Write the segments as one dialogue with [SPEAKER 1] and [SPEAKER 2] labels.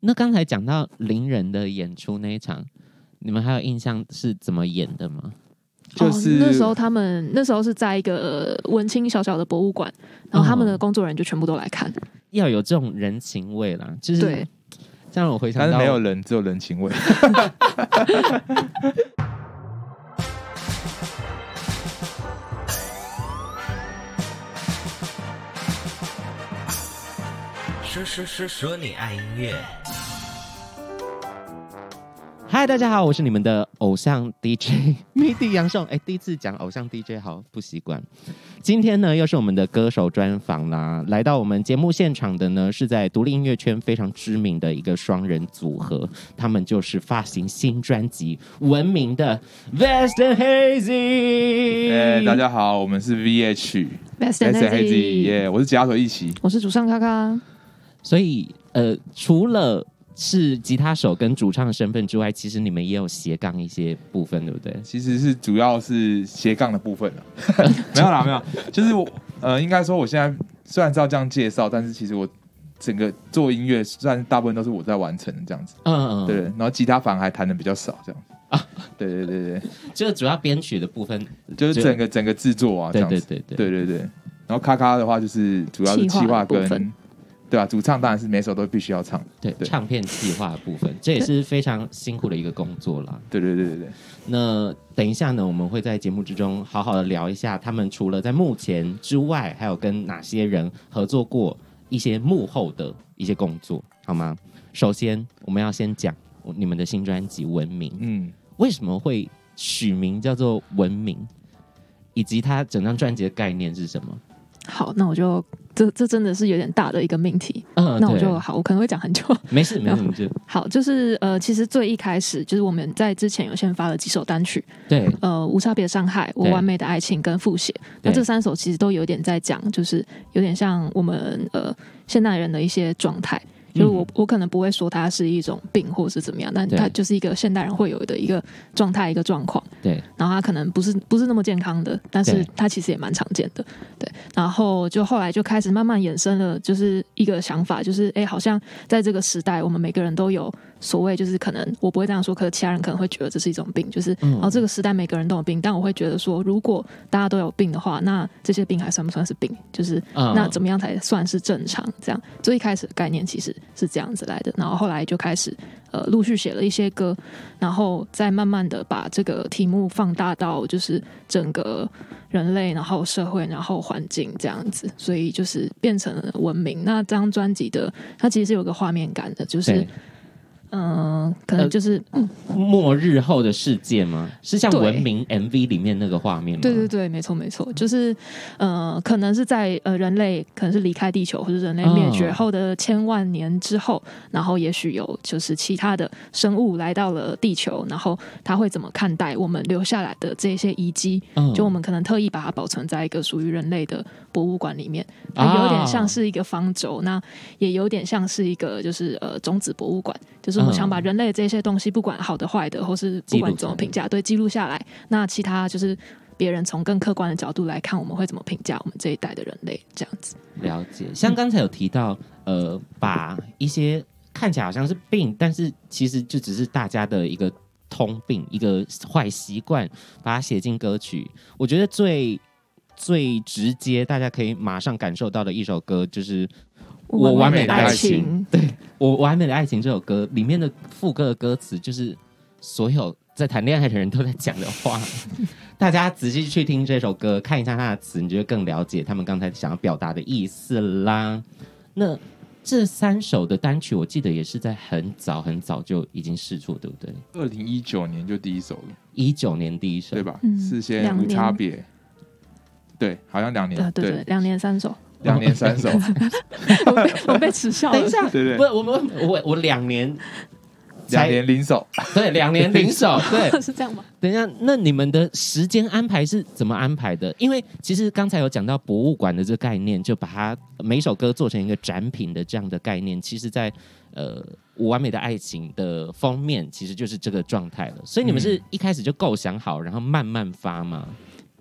[SPEAKER 1] 那刚才讲到邻人的演出那一场，你们还有印象是怎么演的吗？
[SPEAKER 2] 就是、
[SPEAKER 3] 哦、那时候他们那时候是在一个呃文青小小的博物馆，然后他们的
[SPEAKER 1] 哦
[SPEAKER 3] 工作人员就全部都来看，
[SPEAKER 1] 要有这种人情味啦，就是
[SPEAKER 3] 对，
[SPEAKER 1] 这样我回想
[SPEAKER 2] 但是
[SPEAKER 1] 到
[SPEAKER 2] 没有人，只有人情味。
[SPEAKER 4] 说说说说你爱音乐。
[SPEAKER 1] 嗨，大家好，我是你们的偶像 DJ MIDI 杨颂。哎、第一次讲偶像 DJ 好不习惯。今天呢，又是我们的歌手专访啦。来到我们节目现场的呢，是在独立音乐圈非常知名的一个双人组合，他们就是发行新专辑闻名的 Vast and Hazy。
[SPEAKER 2] 哎、大家好，我们是 VH
[SPEAKER 3] Best and
[SPEAKER 2] S
[SPEAKER 3] Hazy
[SPEAKER 2] 耶我是吉他手一起。
[SPEAKER 3] 我是主唱咖咖，
[SPEAKER 1] 所以呃，除了是吉他手跟主唱的身份之外，其实你们也有斜杠一些部分，对不对？
[SPEAKER 2] 其实是主要是斜杠的部分了， 没有啦，没有，就是我呃，应该说我现在虽然照这样介绍，但是其实我整个做音乐，虽然大部分都是我在完成的这样子，
[SPEAKER 1] 嗯嗯，
[SPEAKER 2] 对，，然后吉他反而还弹的比较少这样子啊，对对对对，
[SPEAKER 1] 这个主要编曲的部分，
[SPEAKER 2] 就是整个整个制作啊这
[SPEAKER 1] 对
[SPEAKER 2] 样
[SPEAKER 1] 对
[SPEAKER 2] 子，
[SPEAKER 1] 对对
[SPEAKER 2] 对对对，然后咔咔的话就是主要是
[SPEAKER 3] 企
[SPEAKER 2] 企
[SPEAKER 3] 划
[SPEAKER 2] 划
[SPEAKER 3] 的部
[SPEAKER 2] 跟
[SPEAKER 3] 分
[SPEAKER 2] 对啊吧、主唱当然是每首都必须要唱，
[SPEAKER 1] 对
[SPEAKER 2] 对
[SPEAKER 1] 唱片企划的部分，这也是非常辛苦的一个工作啦。
[SPEAKER 2] 对对对对对，
[SPEAKER 1] 那等一下呢，我们会在节目之中好好的聊一下，他们除了在幕前之外，还有跟哪些人合作过一些幕后的一些工作，好吗？首先，我们要先讲你们的新专辑《文明》，
[SPEAKER 2] 嗯，
[SPEAKER 1] 为什么会取名叫做《文明》，以及它整张专辑的概念是什么？
[SPEAKER 3] 好，那我就这这真的是有点大的一个命题，
[SPEAKER 1] 嗯
[SPEAKER 3] 哦那我
[SPEAKER 1] 对
[SPEAKER 3] 就好，我可能会讲很久。
[SPEAKER 1] 没事没事，你就
[SPEAKER 3] 好，就是呃，其实最一开始就是我们在之前有先发了几首单曲，
[SPEAKER 1] 对
[SPEAKER 3] 呃，无差别伤害、我
[SPEAKER 1] 对
[SPEAKER 3] 完美的爱情跟复写， 那
[SPEAKER 1] 对
[SPEAKER 3] 这三首其实都有点在讲，就是有点像我们呃现代人的一些状态。就是我，我可能不会说它是一种病或是怎么样，但
[SPEAKER 1] 嗯对
[SPEAKER 3] 它就是一个现代人会有的一个状态、一个状况。
[SPEAKER 1] 对
[SPEAKER 3] 然后它可能不是不是那么健康的，但是
[SPEAKER 1] 对
[SPEAKER 3] 它其实也蛮常见的，对。然后就后来就开始慢慢衍生了，就是一个想法，就是哎，诶好像在这个时代，我们每个人都有所谓，就是可能我不会这样说，可是其他人可能会觉得这是一种病，就是、
[SPEAKER 1] 嗯
[SPEAKER 3] 哦，这个时代每个人都有病，但我会觉得说，如果大家都有病的话，那这些病还算不算是病？就是
[SPEAKER 1] 嗯
[SPEAKER 3] 那怎么样才算是正常？这样，最一开始的概念其实是这样子来的，然后后来就开始呃陆续写了一些歌，然后再慢慢的把这个题目放大到就是整个人类，然后社会，然后环境这样子，所以就是变成了文明。那这张专辑的它其实是有个画面感的，就是
[SPEAKER 1] 对
[SPEAKER 3] 嗯、呃可能就是、嗯
[SPEAKER 1] 末日后的世界吗？是像
[SPEAKER 3] 对
[SPEAKER 1] 文明 MV 里面那个画面吗？
[SPEAKER 3] 对对对，没错没错，就是呃，可能是在呃人类可能是离开地球，或是人类灭绝
[SPEAKER 1] 哦
[SPEAKER 3] 后的千万年之后，然后也许有就是其他的生物来到了地球，然后它会怎么看待我们留下来的这些遗迹？
[SPEAKER 1] 嗯
[SPEAKER 3] 就我们可能特意把它保存在一个属于人类的博物馆里面，它
[SPEAKER 1] 啊
[SPEAKER 3] 哎呃有点像是一个方轴，那也有点像是一个就是呃种子博物馆，就是我
[SPEAKER 1] 嗯
[SPEAKER 3] 们想把人类这些东西，不管好的坏的，或是不管怎么评价，对，记录下来。那其他就是别人从更客观的角度来看，我们会怎么评价我们这一代的人类这样子？
[SPEAKER 1] 了解。像刚才有提到，呃，把一些看起来好像是病，但是其实就只是大家的一个通病、一个坏习惯，把它写进歌曲。我觉得最最直接，大家可以马上感受到的一首歌就是我完美的
[SPEAKER 2] 爱情
[SPEAKER 3] 情，
[SPEAKER 1] 我《完美的爱情》这首歌里面的副歌的歌词，就是所有在谈恋爱的人都在讲的话。大家仔细去听这首歌，看一下它的词，你就会更了解他们刚才想要表达的意思啦。那这三首的单曲，我记得也是在很早很早就已经试出，对不对？
[SPEAKER 2] 二零一九年就第一首了，
[SPEAKER 1] 一九年第一首，
[SPEAKER 2] 对？吧？
[SPEAKER 3] 嗯
[SPEAKER 2] 是先
[SPEAKER 3] 两
[SPEAKER 2] 无
[SPEAKER 3] 年啊
[SPEAKER 2] 差别，对，好像两
[SPEAKER 3] 对
[SPEAKER 2] 年，
[SPEAKER 3] 对对，，两年三首，
[SPEAKER 2] 两年三首，
[SPEAKER 3] 我被 我被耻笑了。
[SPEAKER 1] 等一下，
[SPEAKER 2] 对对
[SPEAKER 1] 不，我们我我两年
[SPEAKER 2] 两
[SPEAKER 1] 才
[SPEAKER 2] 年零首。
[SPEAKER 1] 对两年零首，对，
[SPEAKER 3] 是这样吗？
[SPEAKER 1] 等一下，那你们的时间安排是怎么安排的？因为其实刚才有讲到博物馆的这个概念，就把它每首歌做成一个展品的这样的概念。其实在，呃，《我完美的爱情》的封面其实就是这个状态了。所以你们是一开始就构想好，然后慢慢发吗？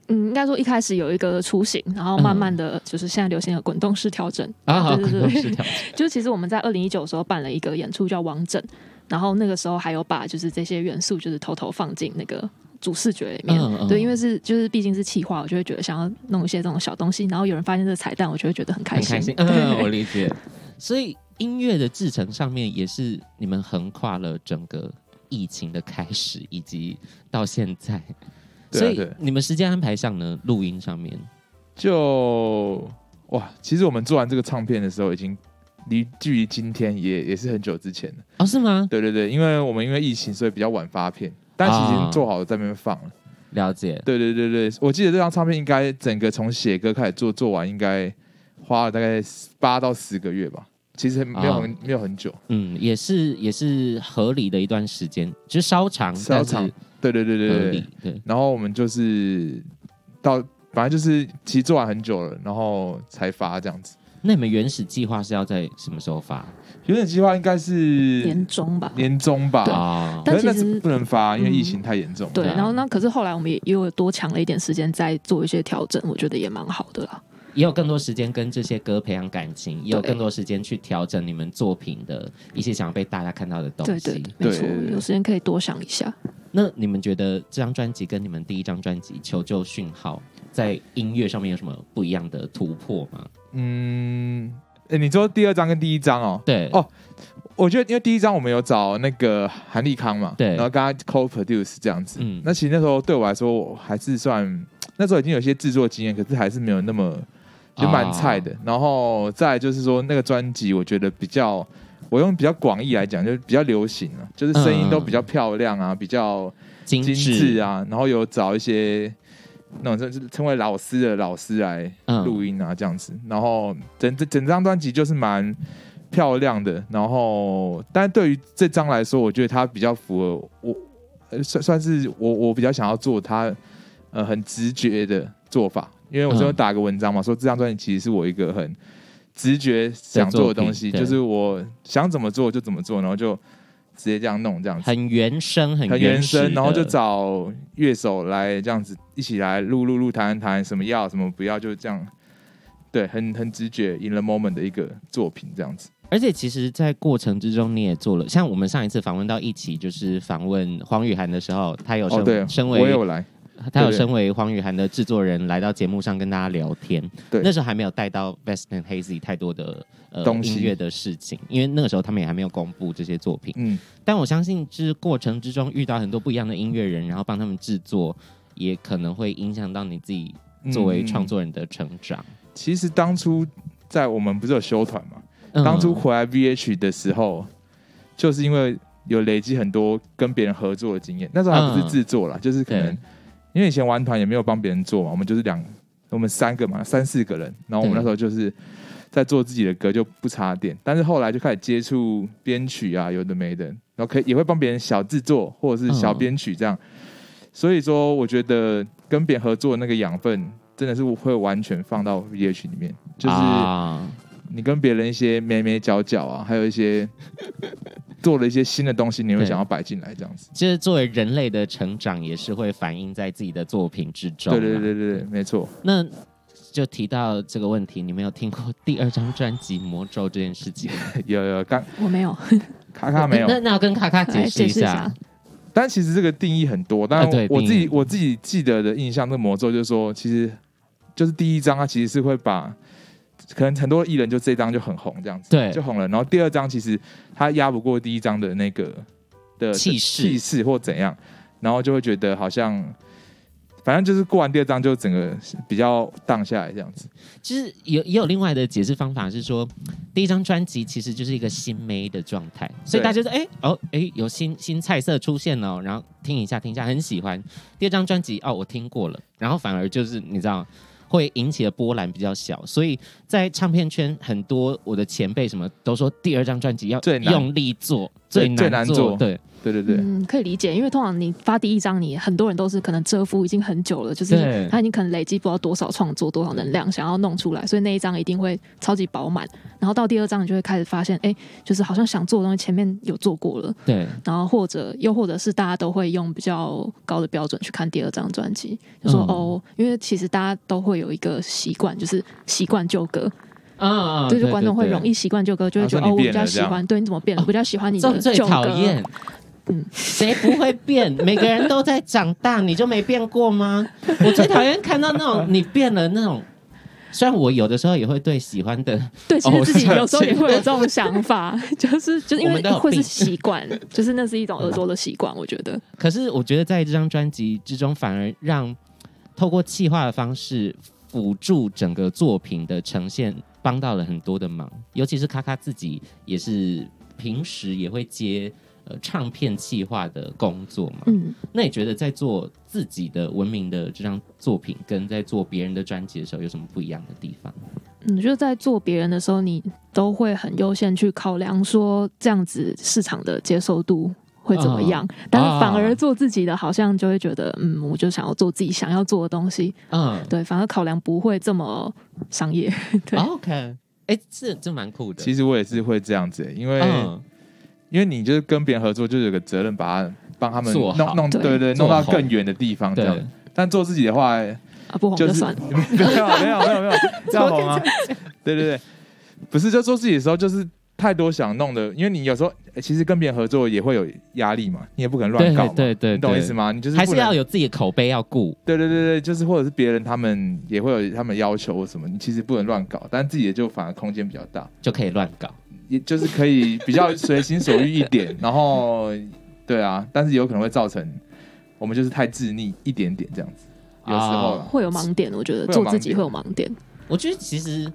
[SPEAKER 3] 嗯，应该说一开始有一个雏形，然后慢慢的就是现在流行的滚动式调整
[SPEAKER 1] 啊， 好，
[SPEAKER 3] 对对
[SPEAKER 1] 滚动式
[SPEAKER 3] 对，
[SPEAKER 1] 调
[SPEAKER 3] 就其实我们在二零一九的时候办了一个演出叫《王整》，然后那个时候还有把就是这些元素就是偷偷放进那个主视觉里面，
[SPEAKER 1] 嗯嗯
[SPEAKER 3] 对，因为是就是毕竟是企划，我就会觉得想要弄一些这种小东西，然后有人发现这个彩蛋，我就会觉得很开
[SPEAKER 1] 很
[SPEAKER 3] 心。
[SPEAKER 1] 开心，嗯， 我
[SPEAKER 3] 对
[SPEAKER 1] 理解。所以音乐的制成上面也是你们横跨了整个疫情的开始以及到现在，
[SPEAKER 2] 对啊
[SPEAKER 1] 所以
[SPEAKER 2] 对
[SPEAKER 1] 你们时间安排上呢，录音上面
[SPEAKER 2] 就哇，其实我们做完这个唱片的时候，已经离距离今天也也是很久之前了。
[SPEAKER 1] 哦是吗？
[SPEAKER 2] 对对对，因为我们因为疫情，所以比较晚发片，但其实已经做好了在那边放了。
[SPEAKER 1] 了解，
[SPEAKER 2] 对对对对，我记得这张唱片应该整个从写歌开始做，做完应该花了大概八到十个月吧。其实没有很、没有很久，
[SPEAKER 1] 嗯，也是也是合理的一段时间，就是稍长，
[SPEAKER 2] 稍长对对对
[SPEAKER 1] 但是合
[SPEAKER 2] 对
[SPEAKER 1] 理
[SPEAKER 2] 对。，
[SPEAKER 1] 对，
[SPEAKER 2] 然后我们就是到，反正就是其实做完很久了，然后才发这样子。
[SPEAKER 1] 那你们原始计划是要在什么时候发
[SPEAKER 2] 原本计划应该是
[SPEAKER 3] 年终吧，
[SPEAKER 2] 年中吧，
[SPEAKER 1] 啊？
[SPEAKER 3] 对
[SPEAKER 2] 可是那
[SPEAKER 3] 但其
[SPEAKER 2] 是
[SPEAKER 3] 实
[SPEAKER 2] 不能发，因为
[SPEAKER 3] 嗯
[SPEAKER 2] 疫情太严重。
[SPEAKER 3] 对，
[SPEAKER 1] 对啊
[SPEAKER 3] 然后那可是后来我们也也有多抢了一点时间在做一些调整，我觉得也蛮好的啦。
[SPEAKER 1] 也有更多时间跟这些歌培养感情，也有
[SPEAKER 3] 对
[SPEAKER 1] 更多时间去调整你们作品的一些想要被大家看到的东
[SPEAKER 3] 对
[SPEAKER 1] 西。
[SPEAKER 3] 对，对没错
[SPEAKER 2] 对对，对
[SPEAKER 3] 有时间可以多想一下。
[SPEAKER 1] 那你们觉得这张专辑跟你们第一张专辑《求救讯号》在音乐上面有什么不一样的突破吗？
[SPEAKER 2] 嗯，诶你说第二张跟第一张哦，
[SPEAKER 1] 对，
[SPEAKER 2] 哦我觉得因为第一张我们有找那个韩立康嘛，
[SPEAKER 1] 对
[SPEAKER 2] 然后跟他 co produce 这样子，
[SPEAKER 1] 嗯
[SPEAKER 2] 那其实那时候对我来说，我还是算那时候已经有一些制作经验，可是还是没有那么就蛮菜的。然后再来就是说那个专辑，我觉得比较。我用比较广义来讲，就是比较流行啊，就是声音都比较漂亮啊，比较
[SPEAKER 1] 精
[SPEAKER 2] 精致，啊，然后有找一些那种就是称为老师的老师来录
[SPEAKER 1] 嗯，
[SPEAKER 2] 音啊，这样子。然后整整整张专辑就是蛮漂亮的。然后，但对于这张来说，我觉得它比较符合我，呃算算是我我比较想要做它，呃，很直觉的做法。因为我最后
[SPEAKER 1] 嗯
[SPEAKER 2] 打个文章嘛，说这张专辑其实是我一个很直觉想
[SPEAKER 1] 的作
[SPEAKER 2] 做的东
[SPEAKER 1] 品
[SPEAKER 2] 西，
[SPEAKER 1] 对
[SPEAKER 2] 就是我想怎么做就怎么做，然后就直接这样弄这样子。
[SPEAKER 1] 很原生，很
[SPEAKER 2] 很
[SPEAKER 1] 原
[SPEAKER 2] 原
[SPEAKER 1] 始的
[SPEAKER 2] 声，然后就找乐手来这样子一起来录录录弹弹，什么要什么不要，就这样，对，很很直觉，in the moment 的一个作品这样子。
[SPEAKER 1] 而且其实，在过程之中，你也做了，像我们上一次访问到一起，就是访问黄雨涵的时候，他有身、
[SPEAKER 2] 哦，对，
[SPEAKER 1] 身
[SPEAKER 2] 我也
[SPEAKER 1] 为
[SPEAKER 2] 有来，
[SPEAKER 1] 他有
[SPEAKER 2] 对对
[SPEAKER 1] 身为黄雨涵的制作人来到节目上跟大家聊天。
[SPEAKER 2] 对
[SPEAKER 1] 那时候还没有带到 Vest and Hazy 太多的呃
[SPEAKER 2] 东西
[SPEAKER 1] 音乐的事情，因为那个时候他们也还没有公布这些作品。
[SPEAKER 2] 嗯，
[SPEAKER 1] 但我相信，就是过程之中遇到很多不一样的音乐人，然后帮他们制作，也可能会影响到你自己
[SPEAKER 2] 嗯
[SPEAKER 1] 作为创、作人的成长。
[SPEAKER 2] 嗯其实当初在我们不是有修团嘛，
[SPEAKER 1] 嗯
[SPEAKER 2] 当初回来 VH 的时候，就是因为有累积很多跟别人合作的经验，那时候还
[SPEAKER 1] 嗯
[SPEAKER 2] 不是制作啦，就是可能
[SPEAKER 1] 对
[SPEAKER 2] 因为以前玩团也没有帮别人做嘛，我们就是两我们三个嘛，三四个人，然后我们那时候就是在做自己的歌，就不插电。但是后来就开始接触编曲啊，有的没的，然后可以也会帮别人小制作或者是
[SPEAKER 1] 嗯
[SPEAKER 2] 小编曲这样。所以说，我觉得跟别人合作的那个养分，真的是会完全放到 VH 里面，就是
[SPEAKER 1] 啊
[SPEAKER 2] 你跟别人一些眉眉角角啊，还有一些做了一些新的东西，你会
[SPEAKER 1] 对
[SPEAKER 2] 想要摆进来这样子。
[SPEAKER 1] 就是作为人类的成长，也是会反映在自己的作品之中、啊
[SPEAKER 2] 对对，对对对，没错。
[SPEAKER 1] 那。就提到这个问题，你们有听过第二张专辑《魔咒》这件事 情吗？
[SPEAKER 2] 有有，刚
[SPEAKER 3] 我没有，
[SPEAKER 2] 卡卡没有
[SPEAKER 1] 那，那要跟卡卡解
[SPEAKER 3] 来
[SPEAKER 1] 释
[SPEAKER 3] 解
[SPEAKER 1] 一
[SPEAKER 3] 释一
[SPEAKER 1] 下
[SPEAKER 3] 下。
[SPEAKER 2] 但其实这个定义很多。但
[SPEAKER 1] 啊对
[SPEAKER 2] 我自
[SPEAKER 1] 定义
[SPEAKER 2] 己我自己记得的印象，那个魔咒就是说，其实就是第一章它其实是会把，可能很多艺人就这一张就很红这样子，
[SPEAKER 1] 对
[SPEAKER 2] 就红了。然后第二章其实它压不过第一章的那个的
[SPEAKER 1] 气势
[SPEAKER 2] 气势或怎样，然后就会觉得好像。反正就是过完第二章就整个比较荡下来这样子，
[SPEAKER 1] 其实有也有另外的解释方法是说，第一张专辑其实就是一个新妹的状态，所以大家就说，哎、哦，哎、有新新菜色出现了哦，然后听一下听一下，很喜欢。第二张专辑哦，我听过了，然后反而就是你知道。会引起的波澜比较小，所以在唱片圈很多我的前辈什么都说，第二张专辑要
[SPEAKER 2] 最难
[SPEAKER 1] 用力做，最
[SPEAKER 2] 最难做
[SPEAKER 1] 对，
[SPEAKER 2] 对对对，
[SPEAKER 3] 嗯，可以理解，因为通常你发第一张，你很多人都是可能蛰伏已经很久了，就
[SPEAKER 1] 对
[SPEAKER 3] 是他已经可能累积不知道多少创作、多少能量，想要弄出来，所以那一张一定会超级饱满。然后到第二张，你就会开始发现，哎，就是好像想做的东西前面有做过了，
[SPEAKER 1] 对，
[SPEAKER 3] 然后或者又或者是大家都会用比较高的标准去看第二张专辑，就说、
[SPEAKER 1] 嗯
[SPEAKER 3] 哦，因为其实大家都会有一个习惯，就是习惯旧歌，
[SPEAKER 1] 嗯，
[SPEAKER 3] 对，就观众会容易习惯旧歌，就会觉得、
[SPEAKER 2] 啊说你
[SPEAKER 3] 哦，我比
[SPEAKER 2] 变了
[SPEAKER 3] 较喜
[SPEAKER 2] 这
[SPEAKER 3] 欢，对，你怎么变了？我比较喜欢你
[SPEAKER 1] 这
[SPEAKER 3] 的
[SPEAKER 1] 最
[SPEAKER 3] 旧歌，
[SPEAKER 1] 讨厌。
[SPEAKER 3] 嗯
[SPEAKER 1] 谁不会变？每个人都在长大，你就没变过吗？ 我最讨厌看到那种你变了那种。虽然我有的时候也会对喜欢的，
[SPEAKER 3] 对，其
[SPEAKER 1] 哦
[SPEAKER 3] 实自己
[SPEAKER 1] 是
[SPEAKER 3] 有时候也会有这种想法， 就是就是
[SPEAKER 1] 我
[SPEAKER 3] 因为
[SPEAKER 1] 们都有
[SPEAKER 3] 会
[SPEAKER 1] 病
[SPEAKER 3] 是习惯，就是那是一种耳朵的习惯，我觉得。
[SPEAKER 1] 可是我觉得在这张专辑之中，反而让透过气化的方式辅助整个作品的呈现，帮到了很多的忙。尤其是卡卡自己也是平时也会接呃唱片气化的工作嘛，
[SPEAKER 3] 嗯，
[SPEAKER 1] 那你觉得在做自己的文明的这张作品，跟在做别人的专辑的时候有什么不一样的地方？
[SPEAKER 3] 你嗯就在做别人的时候，你都会很优先去考量说这样子市场的接受度。会怎么样？但是反而做自己的，好像就会觉得，嗯，我就想要做自己想要做的东西。
[SPEAKER 1] 嗯
[SPEAKER 3] 对，反而考量不会这么商业。对
[SPEAKER 1] ，OK，哎、这这蛮酷的。
[SPEAKER 2] 哦其实我也是会这样子、欸因为、
[SPEAKER 1] 嗯，
[SPEAKER 2] 因为你就是跟别人合作，就是有个责任把他帮他们
[SPEAKER 1] 做
[SPEAKER 2] 弄
[SPEAKER 1] 好
[SPEAKER 2] 弄
[SPEAKER 3] 对
[SPEAKER 2] 对对，
[SPEAKER 1] 做
[SPEAKER 2] 弄到
[SPEAKER 1] 好
[SPEAKER 2] 更远的地方这
[SPEAKER 1] 对
[SPEAKER 2] 样。但做自己的话，
[SPEAKER 3] 啊，不红
[SPEAKER 2] 就
[SPEAKER 3] 就是算了。
[SPEAKER 2] 没有没有没有没有没有这样好吗？对对对，不是就做自己的时候，就是太多想弄的，因为你有时候、欸其实跟别人合作也会有压力嘛，你也不可能乱
[SPEAKER 1] 对
[SPEAKER 2] 搞嘛，
[SPEAKER 1] 对对
[SPEAKER 2] 你懂我意
[SPEAKER 1] 对
[SPEAKER 2] 思吗？你就是
[SPEAKER 1] 还
[SPEAKER 2] 不
[SPEAKER 1] 是
[SPEAKER 2] 能
[SPEAKER 1] 要有自己的口碑要顾。
[SPEAKER 2] 对对对对，就是或者是别人他们也会有他们要求或什么，你其实不能乱搞，但自己的就反而空间比较大，
[SPEAKER 1] 就可以乱搞，
[SPEAKER 2] 也就是可以比较随心所欲一点，然后对啊，但是有可能会造成我们就是太自溺一点点这样子，有时候啦、
[SPEAKER 3] 会有盲点，我觉得
[SPEAKER 2] 会有
[SPEAKER 3] 做
[SPEAKER 2] 盲
[SPEAKER 3] 自己
[SPEAKER 2] 点
[SPEAKER 3] 会有盲点。
[SPEAKER 1] 我觉得其实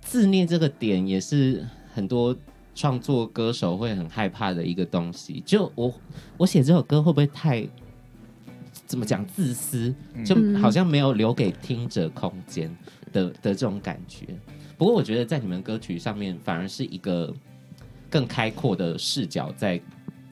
[SPEAKER 1] 自虐这个点也是很多创作歌手会很害怕的一个东西。就我我写这首歌会不会太怎么讲自私？
[SPEAKER 2] 嗯
[SPEAKER 1] 就好像没有留给听者空间的的这种感觉。不过我觉得在你们歌曲上面，反而是一个更开阔的视角在。